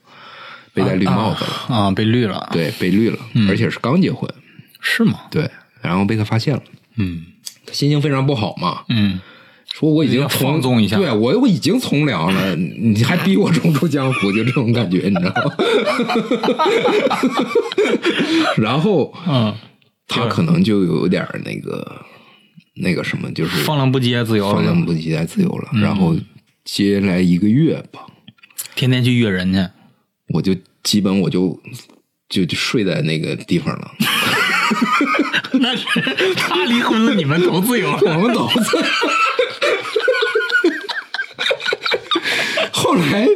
Speaker 2: 被戴绿帽子了，
Speaker 1: 啊，嗯被绿了，
Speaker 2: 对，被绿了，而且是刚结婚，
Speaker 1: 是吗？
Speaker 2: 对，然后被他发现了，
Speaker 1: 嗯
Speaker 2: 他心情非常不好嘛，
Speaker 1: 嗯，
Speaker 2: 说我已经
Speaker 1: 要
Speaker 2: 从
Speaker 1: 放纵一下
Speaker 2: 对我我已经从良了，你还逼我重出江 湖，就这种感觉，你知道吗？然后
Speaker 1: 嗯，
Speaker 2: 他可能就有点儿那个那个什么，就是
Speaker 1: 放浪不羁，自由
Speaker 2: 放
Speaker 1: 了嗯
Speaker 2: 荡，不羁，太自由了，然后接下来一个月吧。
Speaker 1: 天天去约人去。
Speaker 2: 我就基本我就就就睡在那个地方了。
Speaker 1: 那是他离婚了，你们都自 由了。
Speaker 2: 我们都在。后来，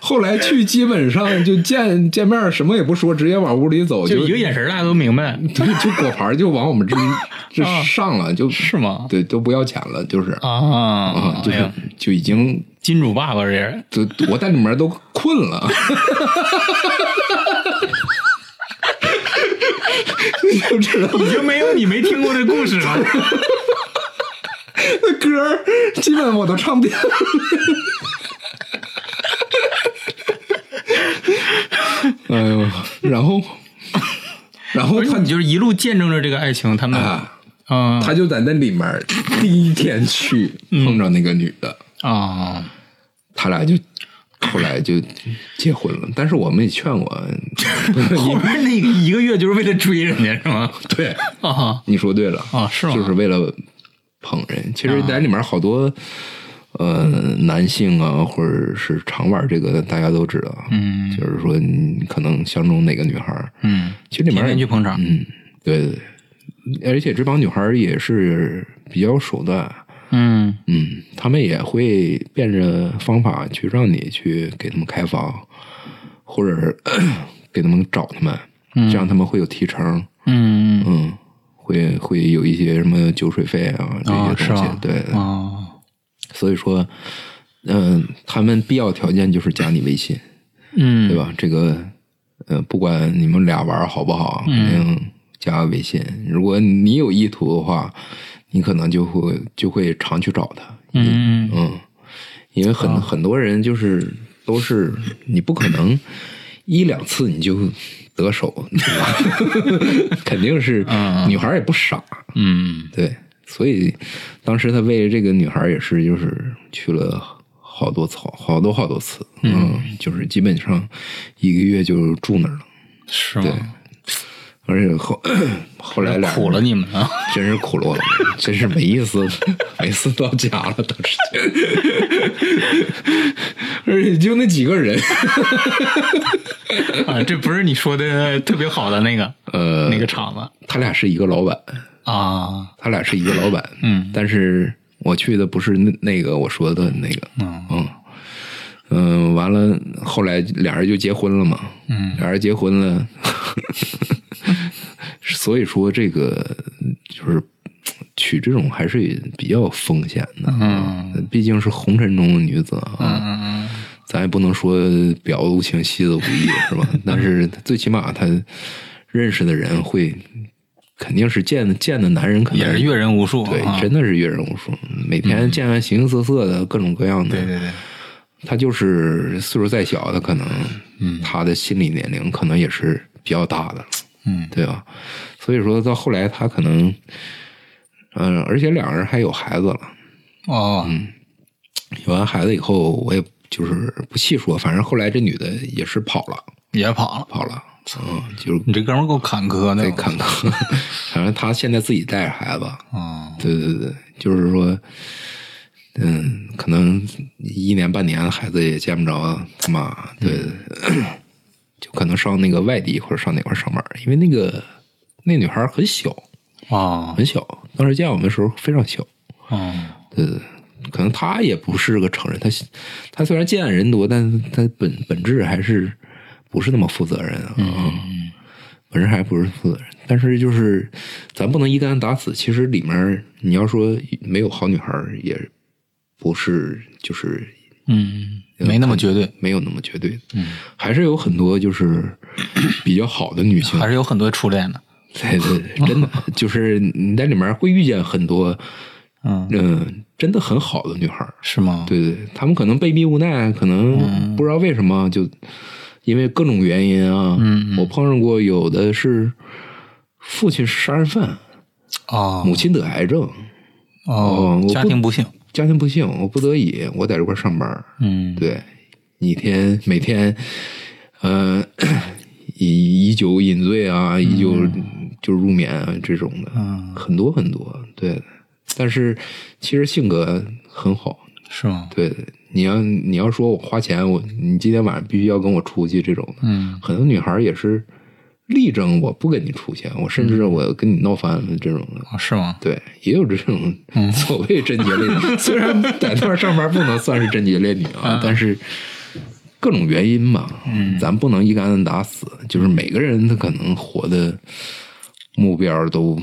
Speaker 2: 后来去基本上就见见面，什么也不说，直接往屋里走，
Speaker 1: 就
Speaker 2: 就
Speaker 1: 一个眼神，大家都明白，
Speaker 2: 就就果盘就往我们这这
Speaker 1: 啊
Speaker 2: 上了，就是
Speaker 1: 吗？
Speaker 2: 对都不要钱了，就是
Speaker 1: 啊
Speaker 2: 啊，，就
Speaker 1: 哎
Speaker 2: 是
Speaker 1: 呀，
Speaker 2: 就已经
Speaker 1: 金主爸爸这人，
Speaker 2: 都我在里面都困了。 你就知道
Speaker 1: 已经没有你没听过这故事了。
Speaker 2: 歌儿基本我都唱遍了。哎呦，然后， 然后
Speaker 1: 而且
Speaker 2: 他
Speaker 1: 你就是一路见证着这个爱情，他们
Speaker 2: 啊，
Speaker 1: 啊
Speaker 2: 他就在那里面儿第一天去碰着那个女的，
Speaker 1: 啊，
Speaker 2: 他俩就后来就结婚了。但是我 们也劝过，
Speaker 1: 后边那个一个月就是为了追人家是吗？
Speaker 2: 对，
Speaker 1: 啊
Speaker 2: 你说对了
Speaker 1: 啊是吗啊
Speaker 2: 就是为了捧人。其实在里面好多呃男性啊，或者是常玩这个的，大家都知道。啊
Speaker 1: 嗯
Speaker 2: 就是说你可能相中哪个女孩儿，
Speaker 1: 嗯，
Speaker 2: 其实里面
Speaker 1: 天天去捧场，
Speaker 2: 嗯，对对对，而且这帮女孩儿也是比较手段，
Speaker 1: 嗯
Speaker 2: 嗯，他们也会变着方法去让你去给他们开房，或者是 给他们找他们，这样他们会有提成，
Speaker 1: 嗯
Speaker 2: 嗯，会会有一些什么酒水费啊这
Speaker 1: 啊
Speaker 2: 些
Speaker 1: 是
Speaker 2: 东西，
Speaker 1: 吧？
Speaker 2: 对，
Speaker 1: 啊
Speaker 2: 所以说，嗯、他们必要条件就是加你微信，
Speaker 1: 嗯
Speaker 2: 对吧？这个呃，不管你们俩玩儿好不好，
Speaker 1: 嗯
Speaker 2: 肯定加微信。如果你有意图的话，你可能就会就会常去找他，
Speaker 1: 嗯哦
Speaker 2: 嗯，因为很、很多人就是都是你不可 能一两次你就得手，对吧？ 肯定是
Speaker 1: 嗯
Speaker 2: 女孩儿也不傻，
Speaker 1: 嗯
Speaker 2: 对，所以当时他为这个女孩儿也是就是去了。好多草，好多好多次，嗯，就是基本上一个月就住那儿了，
Speaker 1: 是吗？
Speaker 2: 而且后后来俩人
Speaker 1: 苦了你们啊！
Speaker 2: 真是苦了我了，真是没意思， 每次到家了都是， 而且就那几个人，
Speaker 1: 啊，这不是你说的特别好的那个
Speaker 2: 呃，
Speaker 1: 那个厂子
Speaker 2: 他俩是一个老板，
Speaker 1: 啊，
Speaker 2: 他俩是一个老板，
Speaker 1: 嗯
Speaker 2: 但是我去的不是那那个我说的那个，
Speaker 1: 嗯
Speaker 2: 嗯嗯，完了后来俩人就结婚了嘛，
Speaker 1: 嗯
Speaker 2: 俩人结婚了， 所以说这个就是娶这种还是比较有风险的，
Speaker 1: 嗯
Speaker 2: 毕竟是红尘中的女子啊，
Speaker 1: 嗯嗯
Speaker 2: 咱也不能说表无情，戏子无意，是吧？但是最起码他认识的人会，肯定是见见的男人可
Speaker 1: 嗯，
Speaker 2: 能
Speaker 1: 也是阅人无数，
Speaker 2: 对，
Speaker 1: 啊嗯
Speaker 2: 真的是阅人无数，嗯每天见完形形色色的各种各样的。
Speaker 1: 对对对，
Speaker 2: 他就是岁数再小，他可能，
Speaker 1: 嗯
Speaker 2: 他的心理年龄可能也是比较大的了，
Speaker 1: 嗯
Speaker 2: 对吧？所以说到后来，他可能，嗯、而且两个人还有孩子了。
Speaker 1: 哦，
Speaker 2: 有完孩子以后，我也就是不细说，反正后来这女的也是跑了，
Speaker 1: 也跑了，
Speaker 2: 跑了，嗯，就是
Speaker 1: 你这哥们儿够坎坷的
Speaker 2: 得，看看， 反正她现在自己带着孩子，
Speaker 1: 啊，
Speaker 2: 对对对，就是说，嗯，可能一年半年孩子也见不着他妈，对， 就可能上那个外地或者上哪块儿上班，因为那个那女孩儿很小，
Speaker 1: 啊
Speaker 2: 很小，当时见我们的时候非常小，
Speaker 1: 啊，
Speaker 2: 对，可能他也不是个成人，他他虽然见的人多，但是他本本质还是不是那么负责任啊，
Speaker 1: 嗯
Speaker 2: 本质还不是负责任。但是就是咱不能一竿子打死，其实里面你要说没有好女孩儿，也不是就是
Speaker 1: 嗯，没那么绝对，
Speaker 2: 没有那么绝对，
Speaker 1: 嗯，
Speaker 2: 还是有很多就是比较好的女性
Speaker 1: 还，是有很多初恋的，
Speaker 2: 对对对，真的就是你在里面会遇见很多
Speaker 1: 嗯，
Speaker 2: 嗯、真的很好的女孩儿。
Speaker 1: 是吗？
Speaker 2: 对对，他们可能被逼无奈，可
Speaker 1: 嗯
Speaker 2: 能不知道为什么，就因为各种原因啊。
Speaker 1: 嗯嗯
Speaker 2: 我碰上过有的是父亲是杀人犯，
Speaker 1: 哦
Speaker 2: 母亲得癌症，
Speaker 1: 哦
Speaker 2: 我，不
Speaker 1: 家庭不幸，
Speaker 2: 家庭不幸，我不得已，我在这块儿上班。
Speaker 1: 嗯，
Speaker 2: 对，一天每天，呃，以以酒饮醉啊，以酒就入眠啊这种的，
Speaker 1: 嗯
Speaker 2: 很多很多。对，但是其实性格很好，
Speaker 1: 是吗？
Speaker 2: 对，你要你要说我花钱，我你今天晚上必须要跟我出去这种的，
Speaker 1: 嗯
Speaker 2: 很多女孩也是力争我不跟你出现，我甚至
Speaker 1: 嗯
Speaker 2: 我跟你闹翻了这种的。
Speaker 1: 哦是吗？
Speaker 2: 对，也有这种
Speaker 1: 嗯
Speaker 2: 所谓贞洁烈女， 虽然在那儿上班不能算是贞洁烈女啊，
Speaker 1: 嗯
Speaker 2: 但是各种原因吧，咱不能一竿子打死，就是每个人他可能活的目标都，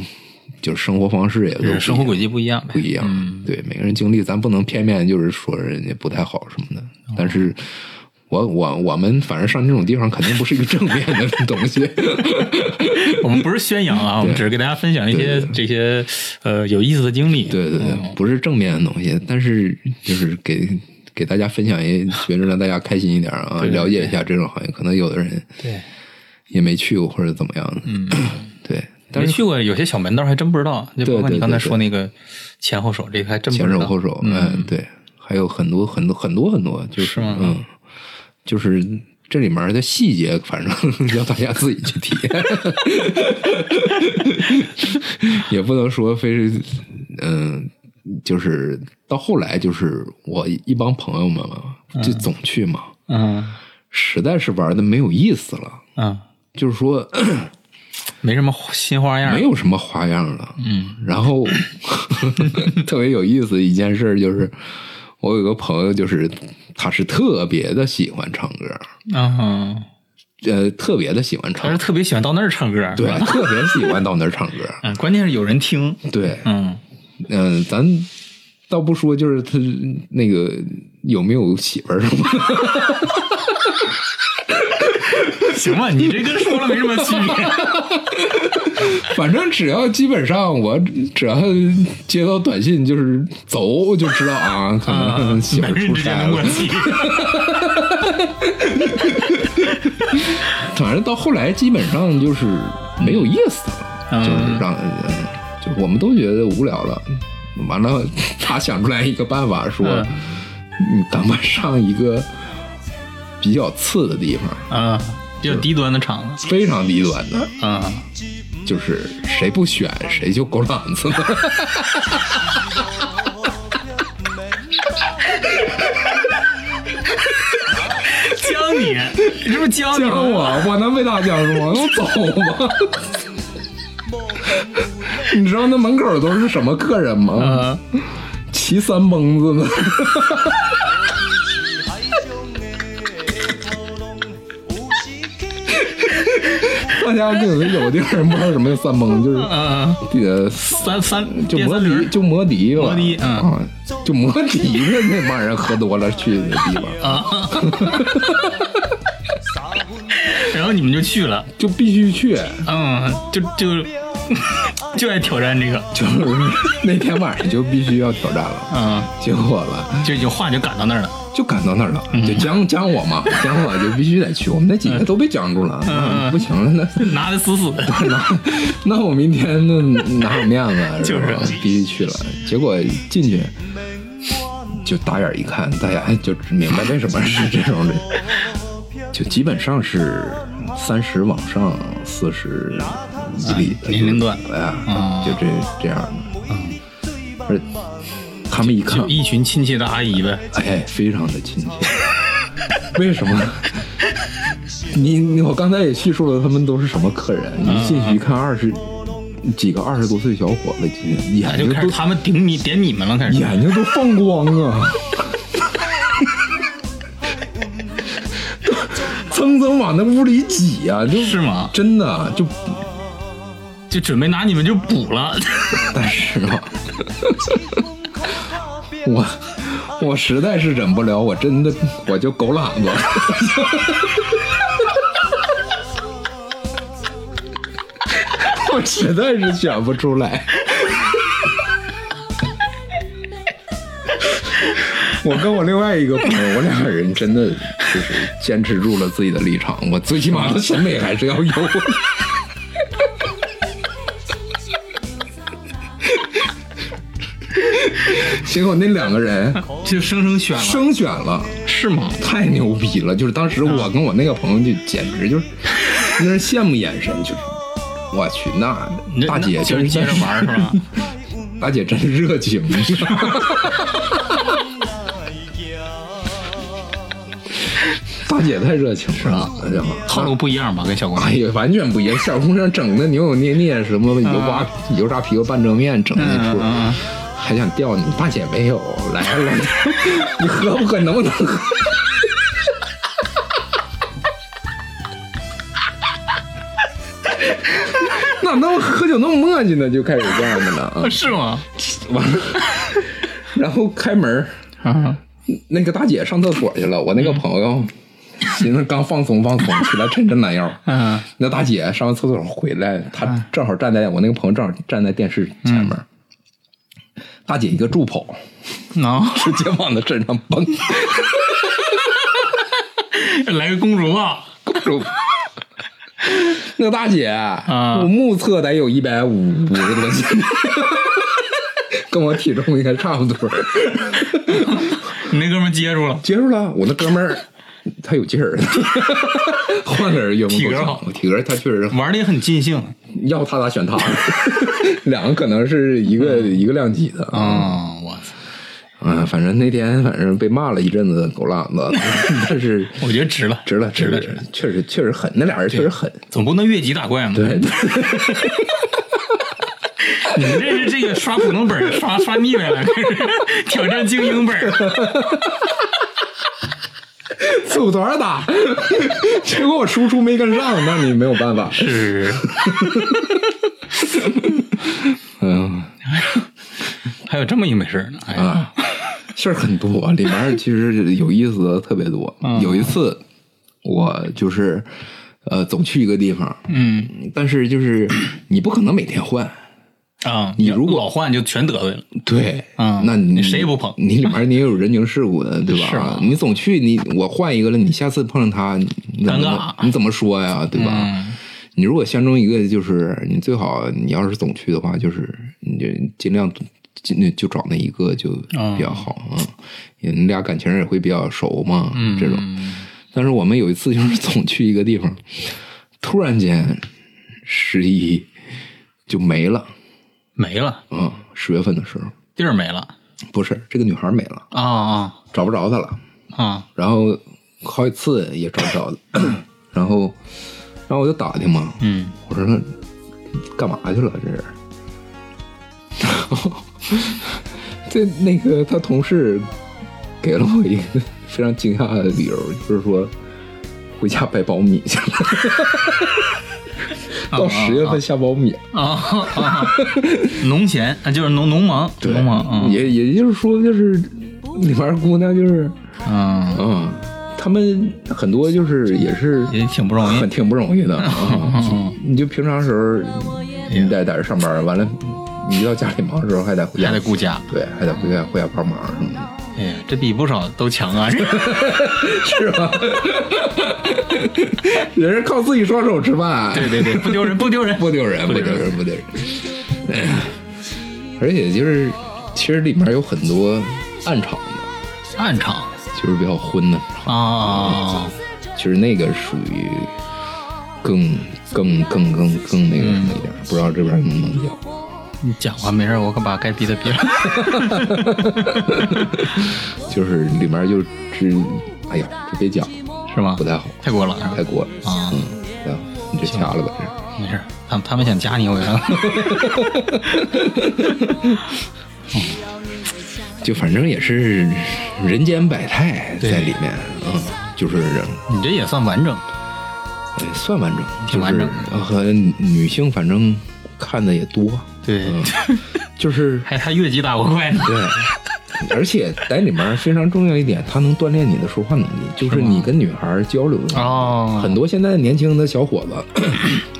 Speaker 2: 就是生活方式也都
Speaker 1: 就是生活
Speaker 2: 不一
Speaker 1: 轨迹
Speaker 2: 样
Speaker 1: 不一样呗，
Speaker 2: 不一样。
Speaker 1: 嗯
Speaker 2: 对，每个人经历，咱不能片面就是说人家不太好什么的。但是我我我们反正上这种地方肯定不是一个正面的东 西。
Speaker 1: 我们不是宣扬啊，我们只是给大家分享一些这些呃有意思的经历。
Speaker 2: 对对
Speaker 1: 哦
Speaker 2: 对，不是正面的东西，但是就是给给大家分享一，觉着让大家开心一点啊，
Speaker 1: 对对
Speaker 2: 了解一下这种行业。可能有的人
Speaker 1: 对，
Speaker 2: 也没去过或者怎么样的。
Speaker 1: 嗯，
Speaker 2: 对，但
Speaker 1: 没
Speaker 2: 是
Speaker 1: 去过有些小门道还真不知道，就包括
Speaker 2: 对对
Speaker 1: 你刚才
Speaker 2: 对对
Speaker 1: 说那个前后手，这个还真不
Speaker 2: 前
Speaker 1: 知
Speaker 2: 手哎
Speaker 1: 道。
Speaker 2: 后手，嗯，对，还有很多很多很多很多，就是
Speaker 1: 吗
Speaker 2: 嗯，就是这里面的细节，反正 要大家自己去体验， 也不能说非是嗯。就是到后来，就是我一帮朋友们嘛，就总去嘛，
Speaker 1: 嗯
Speaker 2: 实在是玩的没有意思了，
Speaker 1: 嗯，
Speaker 2: 就是说
Speaker 1: 没什么新花样，
Speaker 2: 没有什么花样了。
Speaker 1: 嗯
Speaker 2: 然后 特别有意思的一件事就是，我有个朋友，就是他是特别的喜欢唱歌，
Speaker 1: 嗯哼，
Speaker 2: 呃，特别的喜欢
Speaker 1: 他
Speaker 2: 唱
Speaker 1: 是，特别喜欢到那儿唱歌，是
Speaker 2: 对
Speaker 1: 吧，
Speaker 2: 特别喜欢到那 儿唱歌，
Speaker 1: 嗯，关键是有人听，
Speaker 2: 对，
Speaker 1: 嗯
Speaker 2: 嗯、咱倒不说就是他那个有没有媳妇儿什么 的。
Speaker 1: 行吧，你这跟说了没什么区别。
Speaker 2: 反正只要基本上我只要接到短信就是走，我就知道啊，可能媳妇
Speaker 1: 男
Speaker 2: 儿
Speaker 1: 人
Speaker 2: 出
Speaker 1: 之间
Speaker 2: 差
Speaker 1: 的默
Speaker 2: 了。
Speaker 1: 契，
Speaker 2: 反正到后来基本上就是没有意思
Speaker 1: 嗯
Speaker 2: 了，就是让呃就我们都觉得无聊了。完了，他想出来一个办法，说
Speaker 1: 嗯
Speaker 2: 你咱们上一个比较次的地方，
Speaker 1: 嗯，比较低端的场子，
Speaker 2: 非常低端的，
Speaker 1: 嗯，
Speaker 2: 就是谁不选谁就狗浪子了。
Speaker 1: 教你，你是不是教你
Speaker 2: 讲
Speaker 1: 了？
Speaker 2: 我，我能被他讲什么？我走吗？ 你知道那门口都是什么客人吗？
Speaker 1: 嗯，
Speaker 2: 骑三蹦子 的，大家就有有的人不知道什么叫三蹦，就是
Speaker 1: 嗯，
Speaker 2: 呃，
Speaker 1: 三三
Speaker 2: 就
Speaker 1: 电
Speaker 2: 摩
Speaker 1: 三
Speaker 2: 的
Speaker 1: 轮，
Speaker 2: 就摩的吧，
Speaker 1: 摩的嗯
Speaker 2: 啊，就摩的的那帮人喝多了去的地方，
Speaker 1: 然后你们就去了，
Speaker 2: 就必须去。
Speaker 1: 嗯，就就 就爱挑战这个，
Speaker 2: 就是那天晚上就必须要挑战了，
Speaker 1: 嗯，
Speaker 2: 结果吧，
Speaker 1: 就有话就赶到那儿了，
Speaker 2: 就赶到那儿了，就讲
Speaker 1: 嗯
Speaker 2: 讲我嘛，讲我就必须得去。我们那几个都被讲住了，
Speaker 1: 嗯
Speaker 2: 那不行了，
Speaker 1: 拿的死 死的，
Speaker 2: 那那 那我明天那哪有面子？啊
Speaker 1: 就是
Speaker 2: 吧必须去了。结果进去就打眼一看，大家就明白为什么是这种的，就基本上是三十往上四十以里的
Speaker 1: 年龄啊段
Speaker 2: 哎呀
Speaker 1: 嗯，
Speaker 2: 就这这样的。而他们一看
Speaker 1: 就，一群亲切的阿姨呗，
Speaker 2: 哎，非常的亲切。
Speaker 1: 哦
Speaker 2: 为什么？你你我刚才也叙述了他们都是什么客人，
Speaker 1: 嗯
Speaker 2: 一进去一看二十几个二十多岁小伙子进去，眼
Speaker 1: 那哎就
Speaker 2: 睛
Speaker 1: 开始
Speaker 2: 都
Speaker 1: 他们顶你点你们了，开始，
Speaker 2: 眼睛都放光啊， 蹭蹭往那屋里挤啊，就是
Speaker 1: 吗
Speaker 2: 真的就，
Speaker 1: 就准备拿你们就补了，
Speaker 2: 但是吧， 我我实在是忍不了，我真的我就狗懒子。 我实在是选不出来。 我跟我另外一个朋友，我俩人真的就是坚持住了自己的立场。我最起码的审美还是要有。 结果那两个人
Speaker 1: 就生生选了，
Speaker 2: 生选了。
Speaker 1: 是吗？
Speaker 2: 太牛逼了！就是当时
Speaker 1: 啊
Speaker 2: 我跟我那个朋友就简 直就是，那是羡慕眼神，就是我去那
Speaker 1: 你这
Speaker 2: 大姐
Speaker 1: 那就
Speaker 2: 真
Speaker 1: 是
Speaker 2: 是
Speaker 1: 接着玩儿是 吧？
Speaker 2: 大姐真热情。 大姐太热情了，是
Speaker 1: 吧
Speaker 2: 哎呀，
Speaker 1: 套路不一样吧，跟小姑娘
Speaker 2: 哎，呀，完全不一样。小姑娘整的扭扭捏捏，什么油炸油炸皮油拌蒸面，整的一
Speaker 1: 啊
Speaker 2: 出，
Speaker 1: 嗯嗯
Speaker 2: 还想钓你。大姐没有，来了，你 喝不喝？能不能喝？ 哪能喝酒那么磨叽呢？就开始这样的了啊！
Speaker 1: 嗯是吗？
Speaker 2: 完了，然后开门儿，
Speaker 1: 啊，
Speaker 2: 那个大姐上厕所去了，我那个朋友寻思刚放松放松，起来抻抻懒腰。
Speaker 1: 嗯
Speaker 2: 那大姐上完厕所回来，她正好站在我那个朋友正好站在电视前面，大姐一个助跑，
Speaker 1: 能
Speaker 2: 直接往她身上蹦，
Speaker 1: 来个公主抱，
Speaker 2: 助跑那大姐，
Speaker 1: 啊
Speaker 2: 我目测得有一百五五十多斤， 跟我体重应该差不多。
Speaker 1: 你那哥们儿接住了，
Speaker 2: 结束了，我那哥们儿他有劲儿，换个人
Speaker 1: 体
Speaker 2: 体
Speaker 1: 格
Speaker 2: 格
Speaker 1: 好，
Speaker 2: 体格他确实
Speaker 1: 玩的也很尽兴
Speaker 2: 要他咋选他，两个可能是一个、一个量级的
Speaker 1: 啊、嗯！我操，
Speaker 2: 啊，反正那天反正被骂了一阵子狗浪子，但是
Speaker 1: 我觉得值了，
Speaker 2: 值了，
Speaker 1: 值了，值了
Speaker 2: 了，确实确实狠，那俩人确实狠，
Speaker 1: 总不能越级打怪嘛？
Speaker 2: 对，
Speaker 1: 你们这是这个刷普通本儿刷刷腻歪了， 开始挑战精英本儿。
Speaker 2: 组团打， 结果我输出没跟上，那你没有办 法，
Speaker 1: 是，
Speaker 2: 嗯
Speaker 1: 还有这么一回事儿呢。哎呀，
Speaker 2: 啊，事儿很多，里面其实有意思的特别多。有一次，我就是呃走去一个地方，
Speaker 1: 嗯
Speaker 2: 但是就是你不可能每天换，
Speaker 1: 啊，
Speaker 2: 你如果
Speaker 1: 老换就全得罪了。
Speaker 2: 对，
Speaker 1: 嗯
Speaker 2: 那你
Speaker 1: 你谁也不捧
Speaker 2: 你里面你也有人情世故的，对吧？
Speaker 1: 是啊
Speaker 2: 你总去你我换一个了，你下次碰上他，你怎
Speaker 1: 尴
Speaker 2: 么
Speaker 1: 尬
Speaker 2: 你怎么说呀？对吧？
Speaker 1: 嗯
Speaker 2: 你如果相中一个，就是你最好，你要是总去的话，就是你就尽量尽就找那一个就比较好啊，嗯你俩感情也会比较熟嘛，
Speaker 1: 嗯，
Speaker 2: 这种。但是我们有一次就是总去一个地方，突然间十一就没了，
Speaker 1: 没了，
Speaker 2: 嗯，十月份的时候，
Speaker 1: 地儿没了
Speaker 2: 不是这个女孩没了，
Speaker 1: 啊啊
Speaker 2: 找不着她了。
Speaker 1: 啊！
Speaker 2: 然后好几次也找不着他， 然后，然后我就打听嘛，
Speaker 1: 嗯，
Speaker 2: 我说干嘛去了这是？ 然后这那个他同事给了我一个非常惊讶的理由，就是说回家掰苞米去了，到十月份下苞米了
Speaker 1: 啊啊！农闲啊，就是农农忙，
Speaker 2: 对
Speaker 1: 农忙啊，
Speaker 2: 也也就是说，就是里面姑娘就是，
Speaker 1: 嗯，
Speaker 2: 嗯，他们很多就是也是
Speaker 1: 也挺不容易
Speaker 2: 很。挺不容易的啊！你就平常时候你得在这上班，完了你一到家里忙的时候还得回家，
Speaker 1: 还得顾家，
Speaker 2: 对，还得回家回家帮忙什么的，
Speaker 1: 哎呀，这比不少都强 啊！
Speaker 2: 是吧？ 人是靠自己双手吃 饭，
Speaker 1: 对对对，不丢人，不丢人，
Speaker 2: 不丢人，
Speaker 1: 不
Speaker 2: 不
Speaker 1: 丢
Speaker 2: 丢
Speaker 1: 人
Speaker 2: 人，不丢人。哎而且就是，其实里面有很多暗场的，
Speaker 1: 暗场
Speaker 2: 就是比较昏的。
Speaker 1: 哦啊，
Speaker 2: 其实那个属于更更更更更那个什么一点，不知道这边能不能讲。
Speaker 1: 你讲吧，没事儿，我可把该逼的逼 了。
Speaker 2: 就是里面就只，哎呀，这别讲，
Speaker 1: 是吗
Speaker 2: 不？太好，
Speaker 1: 太过了是吧
Speaker 2: 太过了
Speaker 1: 啊
Speaker 2: 嗯，不太好，你就掐了吧，这
Speaker 1: 没事儿，他们他们想加你，我觉
Speaker 2: 就反正也是人间百态
Speaker 1: 对
Speaker 2: 在里面，嗯，就是
Speaker 1: 得 你这也算完整。
Speaker 2: 哎算完整，
Speaker 1: 挺完整的
Speaker 2: 就是呃和女性反正看的也多，
Speaker 1: 对，
Speaker 2: 嗯，就是
Speaker 1: 还还越级打过怪呢。
Speaker 2: 对。而且在里面非常重要一点，它能锻炼你的说话能力，就是你跟女孩交流的能力
Speaker 1: 哦
Speaker 2: 很多现在年轻的小 伙子，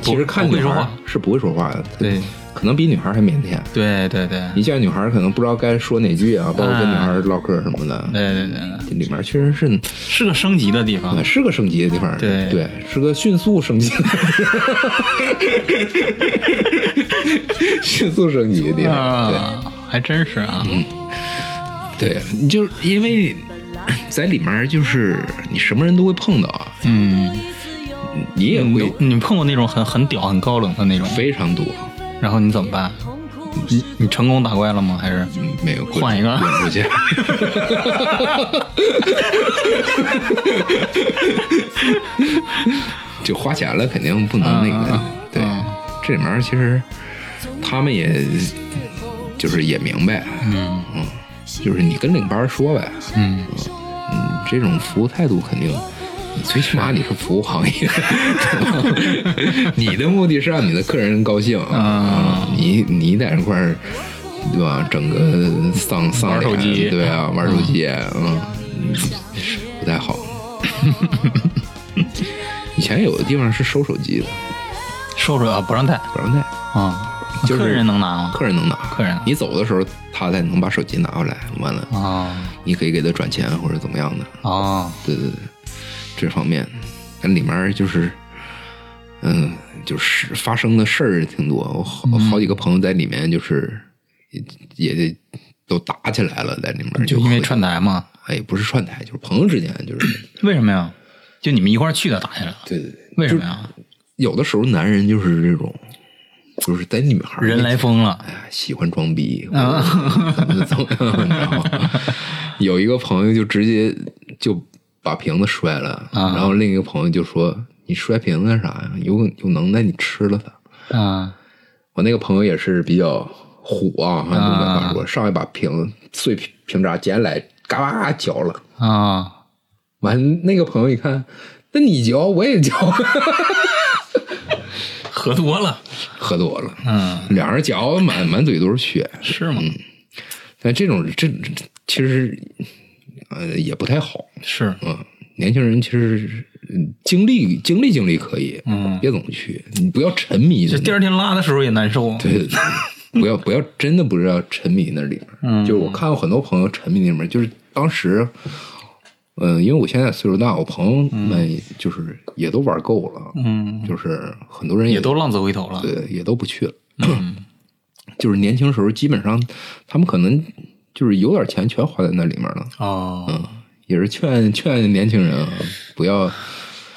Speaker 2: 其实看
Speaker 1: 不会
Speaker 2: 女
Speaker 1: 说
Speaker 2: 孩
Speaker 1: 话
Speaker 2: 是不会说话的，
Speaker 1: 对，
Speaker 2: 可能比女孩还腼腆。
Speaker 1: 对对对
Speaker 2: 一见女孩，可能不知道该说哪句啊，包括跟
Speaker 1: 啊
Speaker 2: 女孩唠嗑什么的。
Speaker 1: 对对对，
Speaker 2: 这里面确实是
Speaker 1: 是个升级的地方
Speaker 2: 呃，是个升级的地方，
Speaker 1: 对
Speaker 2: 是个迅速升级的 地方， 迅速升级的地方，对。嗯
Speaker 1: 啊，还真是啊。
Speaker 2: 对，你就是因为在里面儿就是你什么人都会碰到，啊
Speaker 1: 嗯，
Speaker 2: 你也
Speaker 1: 你
Speaker 2: 会
Speaker 1: 嗯都你碰过那种很很屌、很高冷的那种，
Speaker 2: 非常多，
Speaker 1: 然后你怎么办？
Speaker 2: 嗯
Speaker 1: 你你成功打怪了吗？还是
Speaker 2: 没有
Speaker 1: 换一个
Speaker 2: 滚 出去，就花钱了，肯定不能那个。
Speaker 1: 啊
Speaker 2: 对，这里面儿其实他们也就是也明白，嗯就是你跟领班儿说呗，
Speaker 1: 嗯
Speaker 2: 嗯，这种服务态度肯定，你最起码你是服务行业，你的目的是让你的客人高兴
Speaker 1: 啊
Speaker 2: 你你在这块儿，对吧？整个丧丧
Speaker 1: 玩手
Speaker 2: 脸
Speaker 1: 机
Speaker 2: 对啊，玩手机，嗯，不太好。嗯以前有的地方是收手机的，
Speaker 1: 收手啊，不让带
Speaker 2: 不让带，
Speaker 1: 啊？
Speaker 2: 嗯就是
Speaker 1: 客人能拿吗？
Speaker 2: 客人能拿，
Speaker 1: 客人
Speaker 2: 你走的时候他才能把手机拿回来，完了
Speaker 1: 啊
Speaker 2: 你可以给他转钱或者怎么样的，
Speaker 1: 啊
Speaker 2: 对对对，这方面，但里面儿就是，嗯，就是发生的事儿挺多。我好
Speaker 1: 嗯
Speaker 2: 好几个朋友在里面就是也也得都打起来了，在里面儿
Speaker 1: 就
Speaker 2: 喝
Speaker 1: 因为串台嘛？
Speaker 2: 哎，不是串台，就是朋友之间就是
Speaker 1: 为什么呀？就你们一块儿去的打起来了，
Speaker 2: 对对对，
Speaker 1: 为什么呀？
Speaker 2: 有的时候男人就是这种，就是在女孩儿
Speaker 1: 人来疯了
Speaker 2: 哎，喜欢装逼，或者怎么怎么样，你知道吗？ 有一个朋友就直接就把瓶子摔了，
Speaker 1: 啊
Speaker 2: 然后另一个朋友就说：“你摔瓶子干啥呀？有有能耐你吃了它。
Speaker 1: 啊”
Speaker 2: 我那个朋友也是比较虎啊，东北话说，上来把瓶碎瓶瓶渣捡来，嘎巴嚼了。
Speaker 1: 啊！
Speaker 2: 完，那个朋友一看，那你嚼我也嚼，
Speaker 1: 喝多了，
Speaker 2: 喝多了，
Speaker 1: 嗯，
Speaker 2: 俩人嚼满满嘴都是血。
Speaker 1: 是吗？
Speaker 2: 但这种这这其实呃也不太好，
Speaker 1: 是，
Speaker 2: 嗯，年轻人其实嗯经历经历经历可以，
Speaker 1: 嗯
Speaker 2: 别总去，你不要沉迷
Speaker 1: 这
Speaker 2: 在
Speaker 1: 第
Speaker 2: 那
Speaker 1: 二天拉的时候也难受啊。
Speaker 2: 对对对，不要 不要真的不是要沉迷那里面，
Speaker 1: 嗯
Speaker 2: 就是我看过很多朋友沉迷那里面，就是当时。嗯，因为我现在岁数大，我朋友们就是也都玩够了，
Speaker 1: 嗯，
Speaker 2: 就是很多人
Speaker 1: 也都浪子回头了。嗯
Speaker 2: 对，也都不去了。 就是年轻时候，基本上他们可能就是有点钱全花在那里面了。
Speaker 1: 哦，
Speaker 2: 嗯，也是劝劝年轻人啊，不要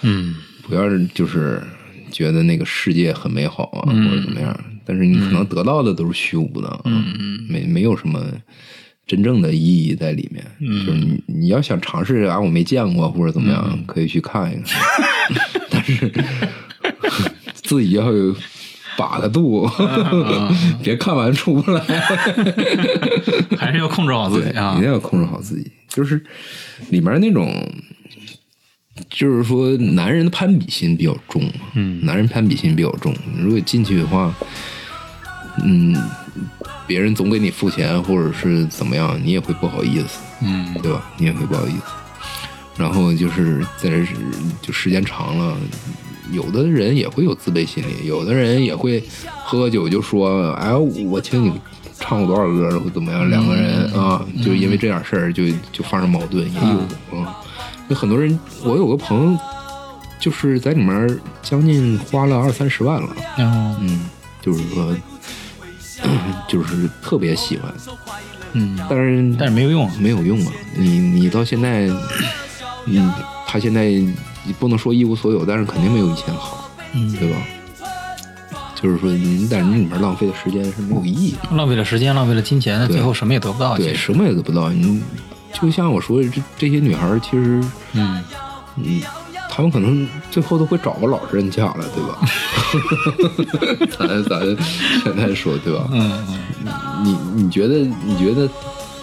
Speaker 1: 嗯，
Speaker 2: 不要就是觉得那个世界很美好啊，或者怎么样。但是你可能得到的都是虚无的，嗯，没没有什么真正的意义在里面。就是你你要想尝试啊，我没见过或者怎么样，可以去看一看， 但是 自己要有把个度，啊 别看完出不来。
Speaker 1: 嗯还是要控制好自己啊
Speaker 2: 一定。要控制好自己。就是里面那种，就是说男人的攀比心比较重嘛，
Speaker 1: 嗯
Speaker 2: 男人攀比心比较重。如果进去的话，嗯，别人总给你付钱或者是怎么样，你也会不好意思，
Speaker 1: 嗯
Speaker 2: 对吧？你也会不好意思。然后就是在这时就时间长了，有的人也会有自卑心理，有的人也会喝酒就说：“哎，我请你唱过多少歌，或怎么样？”两个人啊，就因为这点事儿就就发生矛盾，也有啊。有很多人，我有个朋友，就是在里面将近花了二三十万了，
Speaker 1: 嗯
Speaker 2: 嗯，就是说， 就是特别喜欢，
Speaker 1: 嗯，
Speaker 2: 但是
Speaker 1: 但是没有用啊。
Speaker 2: 没有用啊！你你到现在，嗯，他现在你不能说一无所有，但是肯定没有以前好，
Speaker 1: 嗯，
Speaker 2: 对吧？就是说你在那里面浪费的时间是没有意义的，
Speaker 1: 浪费了时间，浪费了金钱，最后什么也得不到。
Speaker 2: 对，
Speaker 1: 其实，
Speaker 2: 什么也得不到。你就像我说的，这这些女孩儿其实，
Speaker 1: 嗯，
Speaker 2: 嗯，她们可能最后都会找个老实人嫁了，对 吧？咱咱现在说，对吧？
Speaker 1: 嗯嗯
Speaker 2: 你你觉得你觉得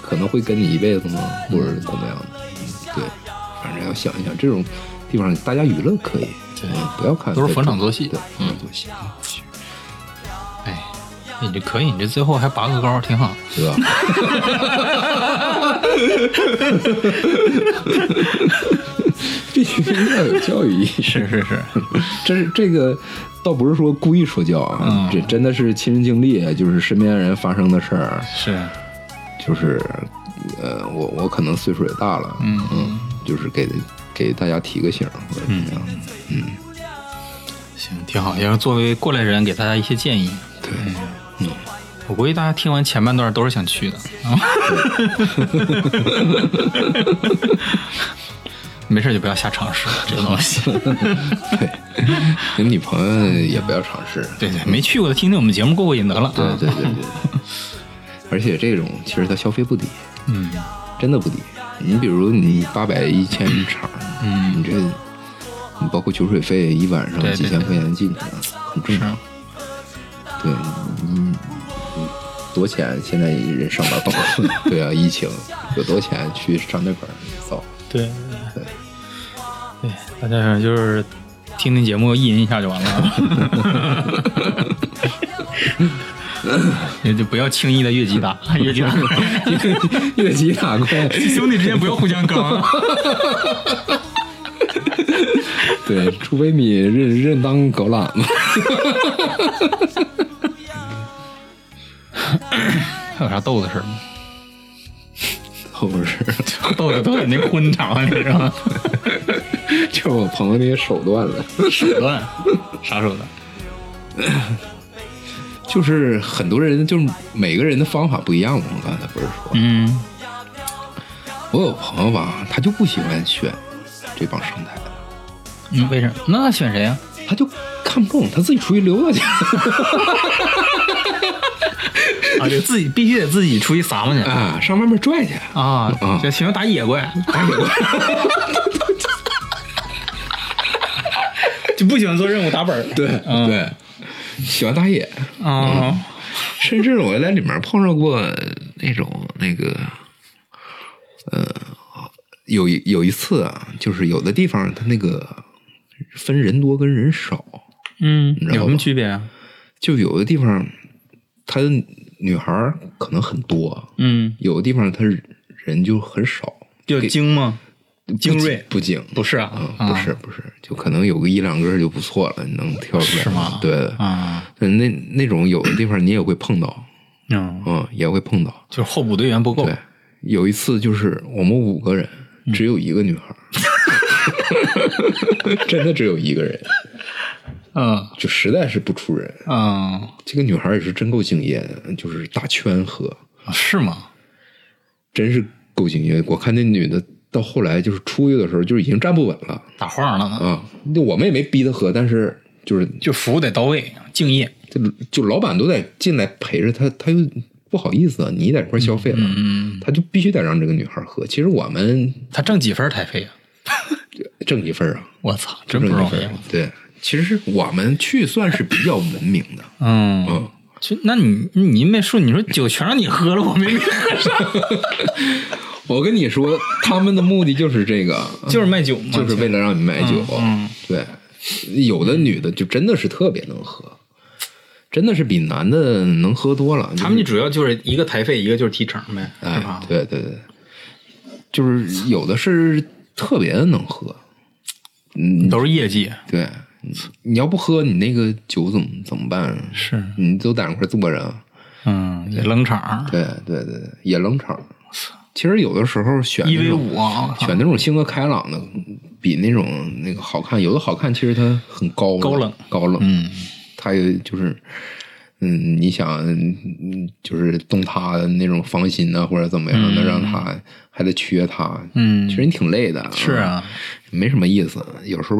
Speaker 2: 可能会跟你一辈子吗？或者是怎么样的？
Speaker 1: 嗯
Speaker 2: 对，反正要想一想这种地方，大家娱乐可以，
Speaker 1: 对
Speaker 2: 嗯不要看
Speaker 1: 都是逢场作戏嗯
Speaker 2: 对，逢场作戏，
Speaker 1: 哎，你这可以，你这最后还拔个高，挺好。
Speaker 2: 对吧？ 必须要有教育意
Speaker 1: 是
Speaker 2: 识。
Speaker 1: 是是，
Speaker 2: 这是这个倒不是说故意说教啊
Speaker 1: 嗯，
Speaker 2: 这真的是亲身经历，就是身边人发生的事儿，
Speaker 1: 是，
Speaker 2: 就是呃，我我可能岁数也大了，
Speaker 1: 嗯
Speaker 2: 嗯，就是给给大家提个醒儿或者怎么样，
Speaker 1: 嗯行，挺好。也是作为过来人，给大家一些建议。
Speaker 2: 对，
Speaker 1: 嗯我估计大家听完前半段都是想去的啊。没事就不要瞎尝试这个东 西。
Speaker 2: 你女朋友也不要尝试，
Speaker 1: 对对，没去过的听听我们节目过过瘾得了。
Speaker 2: 对对对 对，而且这种其实它消费不低，
Speaker 1: 嗯
Speaker 2: 真的不低。你比如你八百一千一场，
Speaker 1: 嗯，
Speaker 2: 你这你包括酒水费一晚上
Speaker 1: 对对
Speaker 2: 几千块钱进去了，很正
Speaker 1: 是
Speaker 2: 常。对，嗯你你多钱？现在人上班不好， 对啊，疫情有多钱去上那块儿造？
Speaker 1: 对
Speaker 2: 对
Speaker 1: 对，大家就是听听节目意淫一下就完了。 也就不要轻易的越级打， 越级打，
Speaker 2: 越级打怪，
Speaker 1: 兄弟之间不要互相刚啊。
Speaker 2: 对，除非你认认当狗懒子。
Speaker 1: 还有啥逗的事儿吗？
Speaker 2: 后边是，
Speaker 1: 逗的都在那昏场了，你知道吗？
Speaker 2: 就是我朋友那些手段了，
Speaker 1: 手 段，啥手段？
Speaker 2: 就是很多人，就是每个人的方法不一样嘛。我刚才不是说，
Speaker 1: 嗯
Speaker 2: 我有朋友吧，他就不喜欢选这帮上台的，
Speaker 1: 嗯，为什么？那他选谁啊呀、
Speaker 2: 他就看不中，他自己出去溜达去。
Speaker 1: 啊？啊，就自己必须得自己出去撒嘛去
Speaker 2: 啊，上外面拽去，
Speaker 1: 啊！就喜欢打野怪，
Speaker 2: 打野怪。
Speaker 1: 就不喜欢做任务打本儿。
Speaker 2: 对、对，喜欢打野，
Speaker 1: 啊，
Speaker 2: 甚至我在里面碰上过那种那个，呃，有一有一次啊，就是有的地方它那个分人多跟人少，
Speaker 1: 嗯，
Speaker 2: 知道吧
Speaker 1: 有什么区别啊？
Speaker 2: 就有的地方它女孩儿可能很多，
Speaker 1: 嗯，
Speaker 2: 有的地方它人就很少，
Speaker 1: 就
Speaker 2: 给
Speaker 1: 精吗？精锐
Speaker 2: 不精，
Speaker 1: 不是
Speaker 2: 啊
Speaker 1: 啊，，
Speaker 2: 不是不是，就可能有个一两根就不错了，能挑出来
Speaker 1: 是吗
Speaker 2: 对的，
Speaker 1: 啊，
Speaker 2: 对那那种有的地方你也会碰到，
Speaker 1: 嗯，
Speaker 2: 嗯，也会碰到。
Speaker 1: 就是候补队员不够
Speaker 2: 对，有一次就是我们五个人，只有一个女孩儿，真的只有一个人，
Speaker 1: 嗯
Speaker 2: 就实在是不出人。
Speaker 1: 嗯，
Speaker 2: 这个女孩儿也是真够敬业的，就是大圈喝，
Speaker 1: 是吗？
Speaker 2: 真是够敬业。我看那女的到后来就是出去的时候，就是已经站不稳了
Speaker 1: 打晃了呢，
Speaker 2: 啊。那我们也没逼她喝，但是就是
Speaker 1: 就服务得到位，敬业。
Speaker 2: 这就老板都得进来陪着他，他又不好意思，啊你在这块消费了，他就必须得让这个女孩喝。其实我们
Speaker 1: 他挣几分台费啊？
Speaker 2: 挣一份儿啊，
Speaker 1: 我操，真
Speaker 2: 挣
Speaker 1: 不哎容
Speaker 2: 一
Speaker 1: 易
Speaker 2: 份儿。对，其实我们去算是比较文明的，
Speaker 1: 嗯
Speaker 2: 嗯，
Speaker 1: 就那你你没说，你说酒全让你喝了，我没没喝上，
Speaker 2: 我跟你说，他们的目的就是这 个，
Speaker 1: 就是卖酒嘛，
Speaker 2: 就是为了让你买酒。
Speaker 1: 嗯
Speaker 2: 对，有的女的就真的是特别能喝，真的是比男的能喝多了。
Speaker 1: 他们
Speaker 2: 就
Speaker 1: 就是主要就是一个台费，一个就是提成呗，是
Speaker 2: 哎
Speaker 1: 吧，？
Speaker 2: 对对对，就是有的是特别能喝。嗯，
Speaker 1: 都是业绩，
Speaker 2: 对，你你要不喝，你那个酒怎么怎么办啊？
Speaker 1: 是，
Speaker 2: 你都在那块儿坐着啊，
Speaker 1: 嗯，也冷场，
Speaker 2: 对对对，对也冷场。其实有的时候选
Speaker 1: 一
Speaker 2: 那
Speaker 1: v
Speaker 2: 种
Speaker 1: 五啊，
Speaker 2: 选那种性格开朗的，比那种那个好看，有的好看其实他很高冷
Speaker 1: 高冷
Speaker 2: 高冷，
Speaker 1: 嗯，
Speaker 2: 他也就是。嗯，你想，嗯就是动他那种芳心呐、或者怎么样的，让他还得缺他，
Speaker 1: 嗯
Speaker 2: 其实你挺累的，
Speaker 1: 是啊，
Speaker 2: 没什么意思。有时候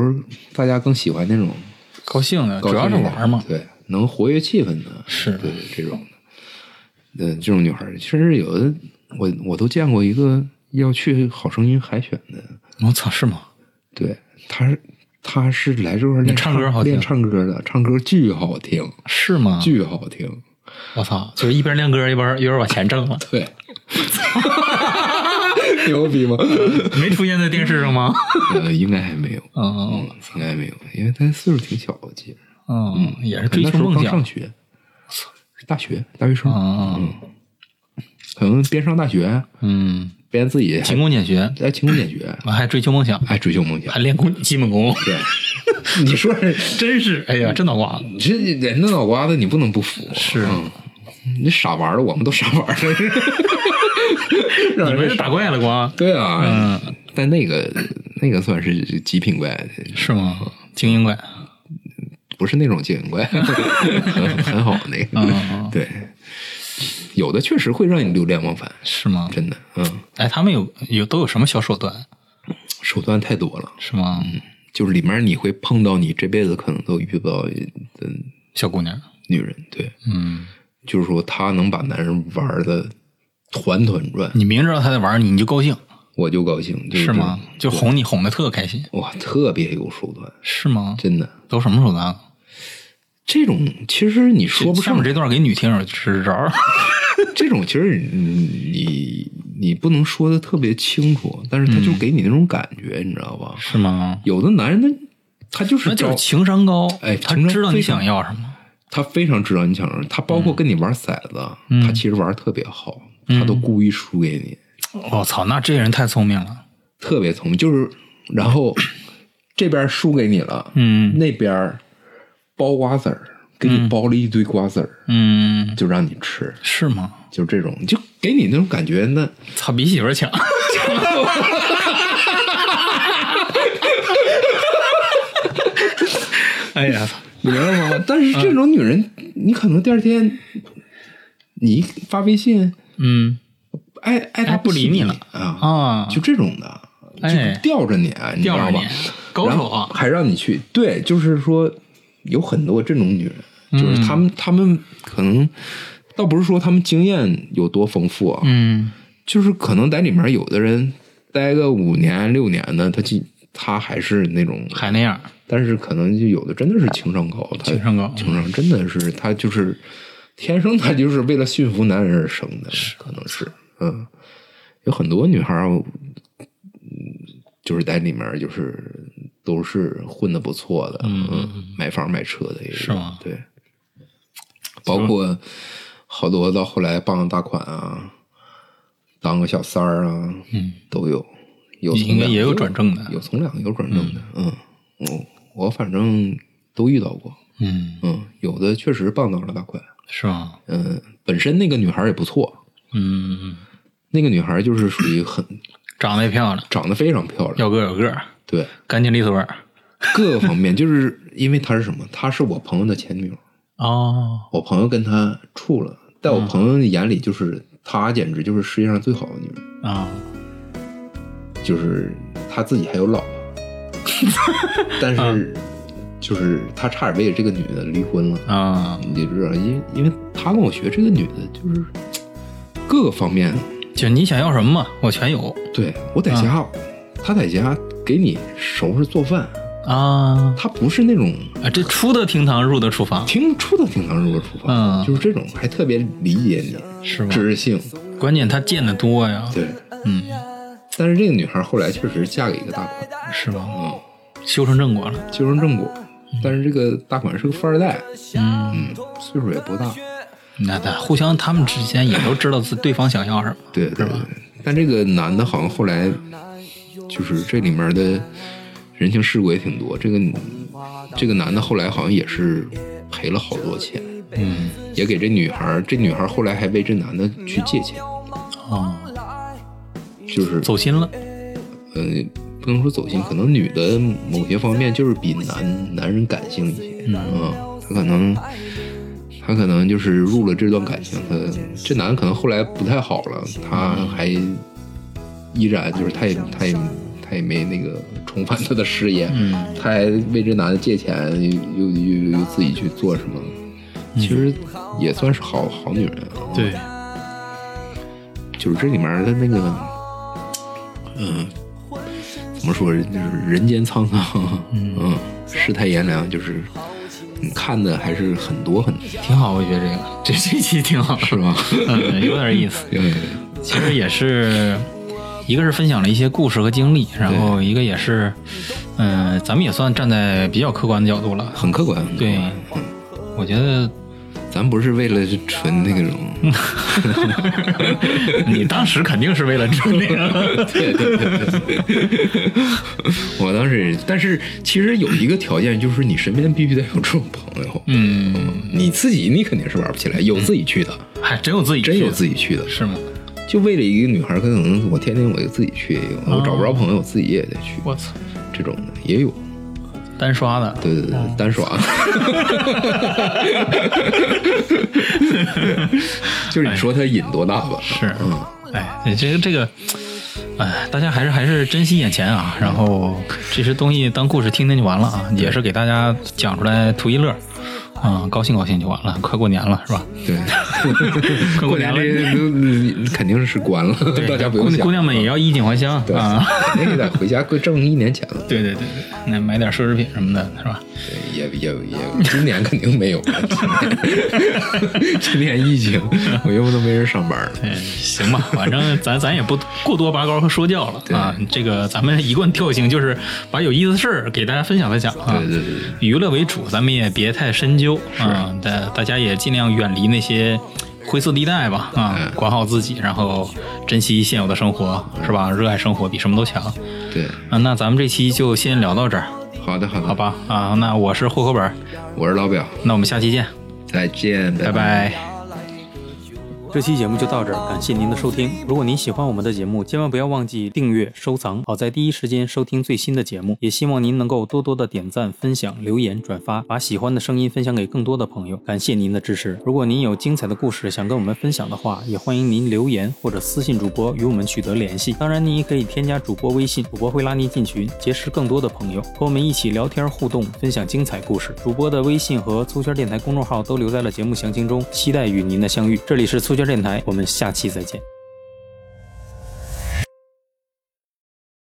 Speaker 2: 大家更喜欢那种
Speaker 1: 高兴的，
Speaker 2: 高
Speaker 1: 主要是
Speaker 2: 兴一点
Speaker 1: 玩嘛，
Speaker 2: 对，能活跃气氛的，
Speaker 1: 是
Speaker 2: 对这种的，呃，这种女孩儿，其实有的我我都见过一个要去《好声音》海选的，
Speaker 1: 我操，是吗？
Speaker 2: 对，她是她是来这块儿练
Speaker 1: 唱歌好听啊
Speaker 2: 练唱歌的，唱歌巨好听，
Speaker 1: 是吗？
Speaker 2: 巨好听，
Speaker 1: 我操，就是一边练歌一边一边把钱挣了，
Speaker 2: 对， 牛逼吗？
Speaker 1: 没出现在电视上 吗？
Speaker 2: 呃，应该还没有，
Speaker 1: 嗯
Speaker 2: 嗯，应该没有，因为她岁数挺小的，其实
Speaker 1: 嗯，也是追
Speaker 2: 那
Speaker 1: 求
Speaker 2: 时候
Speaker 1: 梦
Speaker 2: 刚上
Speaker 1: 想，
Speaker 2: 学，大学大学生，
Speaker 1: 嗯
Speaker 2: 可能边上大学
Speaker 1: 嗯，
Speaker 2: 边自己还
Speaker 1: 勤工俭学，
Speaker 2: 哎，勤工俭学，
Speaker 1: 我还追求梦想，
Speaker 2: 爱追求梦想
Speaker 1: 还。练功基本功，
Speaker 2: 对， 你说是
Speaker 1: 真是，哎呀，真脑瓜子，
Speaker 2: 你这人的脑瓜子，你不能不服。
Speaker 1: 是
Speaker 2: 嗯你傻玩儿的，我们都傻玩儿的。
Speaker 1: 你
Speaker 2: 让人
Speaker 1: 呃们是打怪了光，
Speaker 2: 对啊，但那个那个算是极品怪，
Speaker 1: 是吗？精英怪，
Speaker 2: 不是那种精英怪，很很好那
Speaker 1: 嗯
Speaker 2: 个。对，有的确实会让你流连忘返，
Speaker 1: 是吗？
Speaker 2: 真的。嗯，
Speaker 1: 哎，他们有有都有什么小手段
Speaker 2: 手段太多了，
Speaker 1: 是吗？
Speaker 2: 嗯就是里面你会碰到你这辈子可能都遇不到的
Speaker 1: 小姑娘，
Speaker 2: 女人。对，
Speaker 1: 嗯，
Speaker 2: 就是说他能把男人玩的团团转，
Speaker 1: 你明知道她在玩你，你就高兴
Speaker 2: 我就高兴，就是
Speaker 1: 吗？就哄你哄的特开心
Speaker 2: 哇，特别有手段，
Speaker 1: 是吗？
Speaker 2: 真的。
Speaker 1: 都什么手段了？
Speaker 2: 这种其实你说不
Speaker 1: 下
Speaker 2: 上
Speaker 1: 面，这段给女听友支支招 儿。
Speaker 2: 这种其实你你不能说的特别清楚，但是他就给你那种感觉，你知道吧？
Speaker 1: 嗯是吗？
Speaker 2: 有的男人他他就是
Speaker 1: 那就是
Speaker 2: 招
Speaker 1: 情商高，
Speaker 2: 哎
Speaker 1: 他
Speaker 2: 情商
Speaker 1: 知道你
Speaker 2: 非常
Speaker 1: 想要什么，
Speaker 2: 他非常知道你想什么，他包
Speaker 1: 嗯
Speaker 2: 括跟你玩骰子，他其实玩得特别好，他都故意输给你，
Speaker 1: 我操，那这人太聪明了，
Speaker 2: 特别聪明。就是 然后这边输给你了，
Speaker 1: 嗯
Speaker 2: 那边儿包瓜子儿，给你包了一堆瓜子儿，
Speaker 1: 嗯，
Speaker 2: 就让你吃，
Speaker 1: 是吗？
Speaker 2: 就这种，就给你那种感觉。那
Speaker 1: 操，比媳妇儿 强，哎呀，
Speaker 2: 你明白 吗？但是这种女人，你可能第二天你一发微信，
Speaker 1: 嗯
Speaker 2: 爱爱
Speaker 1: 哎
Speaker 2: 她
Speaker 1: 不理
Speaker 2: 起
Speaker 1: 你了
Speaker 2: 啊，
Speaker 1: 啊，
Speaker 2: 就这种的，
Speaker 1: 哎
Speaker 2: 就吊着你，你知道
Speaker 1: 吊着
Speaker 2: 吧
Speaker 1: 你？高
Speaker 2: 然
Speaker 1: 手
Speaker 2: 后
Speaker 1: 啊，
Speaker 2: 还让你去，对，就是说有很多这种女
Speaker 1: 嗯
Speaker 2: 人，就是她们，她们可能倒不是说她们经验有多丰富啊，
Speaker 1: 嗯，
Speaker 2: 就是可能在里面有的人待个五年六年的，他进他还是那种，
Speaker 1: 还那样，
Speaker 2: 但是可能就有的真的是情商高，他
Speaker 1: 哎情商高嗯
Speaker 2: 情商真的是他就是天生他就是为了驯服男人而生的，可能是嗯，有很多女孩儿，嗯，就是在里面就是都是混的不错的，
Speaker 1: 嗯
Speaker 2: 嗯，买房买车的也有
Speaker 1: 是吗
Speaker 2: 对，包括好多到后来傍上大款啊，当个小三儿啊，
Speaker 1: 嗯，
Speaker 2: 都有，有从
Speaker 1: 应该
Speaker 2: 良
Speaker 1: 也有转正的
Speaker 2: 有从良有转正的，嗯，我我反正都遇到过，
Speaker 1: 嗯，
Speaker 2: 嗯，有的确实傍到了大款，
Speaker 1: 是吗？
Speaker 2: 嗯，本身那个女孩儿也不错，
Speaker 1: 嗯，
Speaker 2: 那个女孩儿就是属于很
Speaker 1: 长得也漂亮，
Speaker 2: 长得非常漂亮，
Speaker 1: 有个有个，
Speaker 2: 对，
Speaker 1: 干净利索味儿。
Speaker 2: 各个方面，就是因为她是什么？她是我朋友的前女友，
Speaker 1: 哦，
Speaker 2: 我朋友跟她处了，在我朋友眼里，就是她简直就是世界上最好的女人，
Speaker 1: 啊，
Speaker 2: 就是她自己还有老婆，但是就是她差点为了这个女的离婚了。
Speaker 1: 啊，
Speaker 2: 你就知道，因因为她跟我学这个女的，就是各个方面，
Speaker 1: 就你想要什么嘛，我全有
Speaker 2: 对我在家，她在家给你收拾做饭，
Speaker 1: 啊
Speaker 2: 她不是那种
Speaker 1: 啊，这出得厅堂，入得厨房，
Speaker 2: 听出的挺能入的厨房，
Speaker 1: 嗯
Speaker 2: 就是这种，还特别理解你，
Speaker 1: 是吗？
Speaker 2: 知性，
Speaker 1: 关键他见的多呀，
Speaker 2: 对。
Speaker 1: 嗯，
Speaker 2: 但是这个女孩后来确实嫁给一个大款，
Speaker 1: 是吧？
Speaker 2: 嗯，
Speaker 1: 修成正果了，
Speaker 2: 修成正果。但是这个大款是个富二代，
Speaker 1: 嗯，
Speaker 2: 嗯，岁数也不大，
Speaker 1: 那他互相他们之间也都知道自对方想要什么，
Speaker 2: 对对对。但这个男的好像后来就是这里面的人情世故也挺多。这个这个男的后来好像也是赔了好多钱，
Speaker 1: 嗯，
Speaker 2: 也给这女孩，这女孩后来还为这男的去借钱，
Speaker 1: 哦，
Speaker 2: 就是
Speaker 1: 走心了，
Speaker 2: 呃，不能说走心，可能女的某些方面就是比男男人感性一些，嗯，她可能她可能就是入了这段感情，她这男的可能后来不太好了，他还依然就是他也他也他也没那个重返他的事业，
Speaker 1: 嗯，
Speaker 2: 他还为这男的借钱，又又又又自己去做什么，其实也算是好好女人啊，
Speaker 1: 对，
Speaker 2: 就是这里面的那个，嗯、怎么说，就是人间沧桑，嗯，世态炎凉，就是你看的还是很多很多，
Speaker 1: 挺好，我觉得这个这这期挺好，
Speaker 2: 是 吗？
Speaker 1: 嗯，有点意思。
Speaker 2: 因为
Speaker 1: 其实也是，一个是分享了一些故事和经历，然后一个也是，嗯、咱们也算站在比较客观的角度了。
Speaker 2: 很客观，
Speaker 1: 对，我觉得
Speaker 2: 咱不是为了纯 那个种，
Speaker 1: 你当时肯定是为了这个，
Speaker 2: 对对对 我当时也，但是其实有一个条件，就是你身边必须得有这种朋友，
Speaker 1: 嗯，
Speaker 2: 你自己你肯定是玩不起来，有自己去的，
Speaker 1: 还真有自己去的，
Speaker 2: 真有自己去的，
Speaker 1: 是吗？
Speaker 2: 就为了一个女孩，可能我天天我就自己去也有，我找不着朋友我自己也得去，
Speaker 1: 哦我操，
Speaker 2: 这种的也有。
Speaker 1: 单刷的，啊
Speaker 2: 对对对，单 爽。 就是你说他瘾多大吧？
Speaker 1: 是，哎，这个这个，哎，大家还是还是珍惜眼前啊。然后这些东西当故事听听就完了啊，也是给大家讲出来图一乐，啊、高兴高兴就完了。快过年了是吧？
Speaker 2: 对，
Speaker 1: 快
Speaker 2: 过
Speaker 1: 过年
Speaker 2: 年
Speaker 1: 了。
Speaker 2: 这都肯定是关了，
Speaker 1: 对
Speaker 2: 大家不用
Speaker 1: 姑
Speaker 2: 想。
Speaker 1: 姑娘们也要衣锦还乡
Speaker 2: 对
Speaker 1: 啊。，
Speaker 2: 那个得回家挣一年钱了，
Speaker 1: 对对对对，那买点奢侈品什么的，是吧？
Speaker 2: 对也也也，今年肯定没有了。 今年今年疫情，我又都没人上班了。
Speaker 1: 嗯，行吧，反正咱咱也不过多拔高和说教了啊。这个咱们一贯调性就是把有意思的事儿给大家分享分享啊。
Speaker 2: 对对对对
Speaker 1: 娱乐为主，咱们也别太深究啊。大大家也尽量远离那些灰色地带吧啊，管好自己，然后珍惜现有的生活，是吧？热爱生活比什么都强
Speaker 2: 对，
Speaker 1: 啊。那咱们这期就先聊到这儿，
Speaker 2: 好的好的，
Speaker 1: 好，吧？啊，那我是户口本儿，
Speaker 2: 我是老表，
Speaker 1: 那我们下期见，
Speaker 2: 再见，
Speaker 1: 拜拜。
Speaker 3: 来个有
Speaker 1: 这期节目就到这儿，感谢您的收听。如果您喜欢我们的节目，千万不要忘记订阅、收藏，好在第一时间收听最新的节目。也希望您能够多多的点赞、分享、留言、转发，把喜欢的声音分享给更多的朋友。感谢您的支持。如果您有精彩的故事想跟我们分享的话，也欢迎您留言或者私信主播与我们取得联系。当然，您也可以添加主播微信，主播会拉您进群，结识更多的朋友，和我们一起聊天互动，分享精彩故事。主播的微信和粗圈电台公众号都留在了节目详情中，期待与您的相遇。这里是粗圈电台，我们下期再见。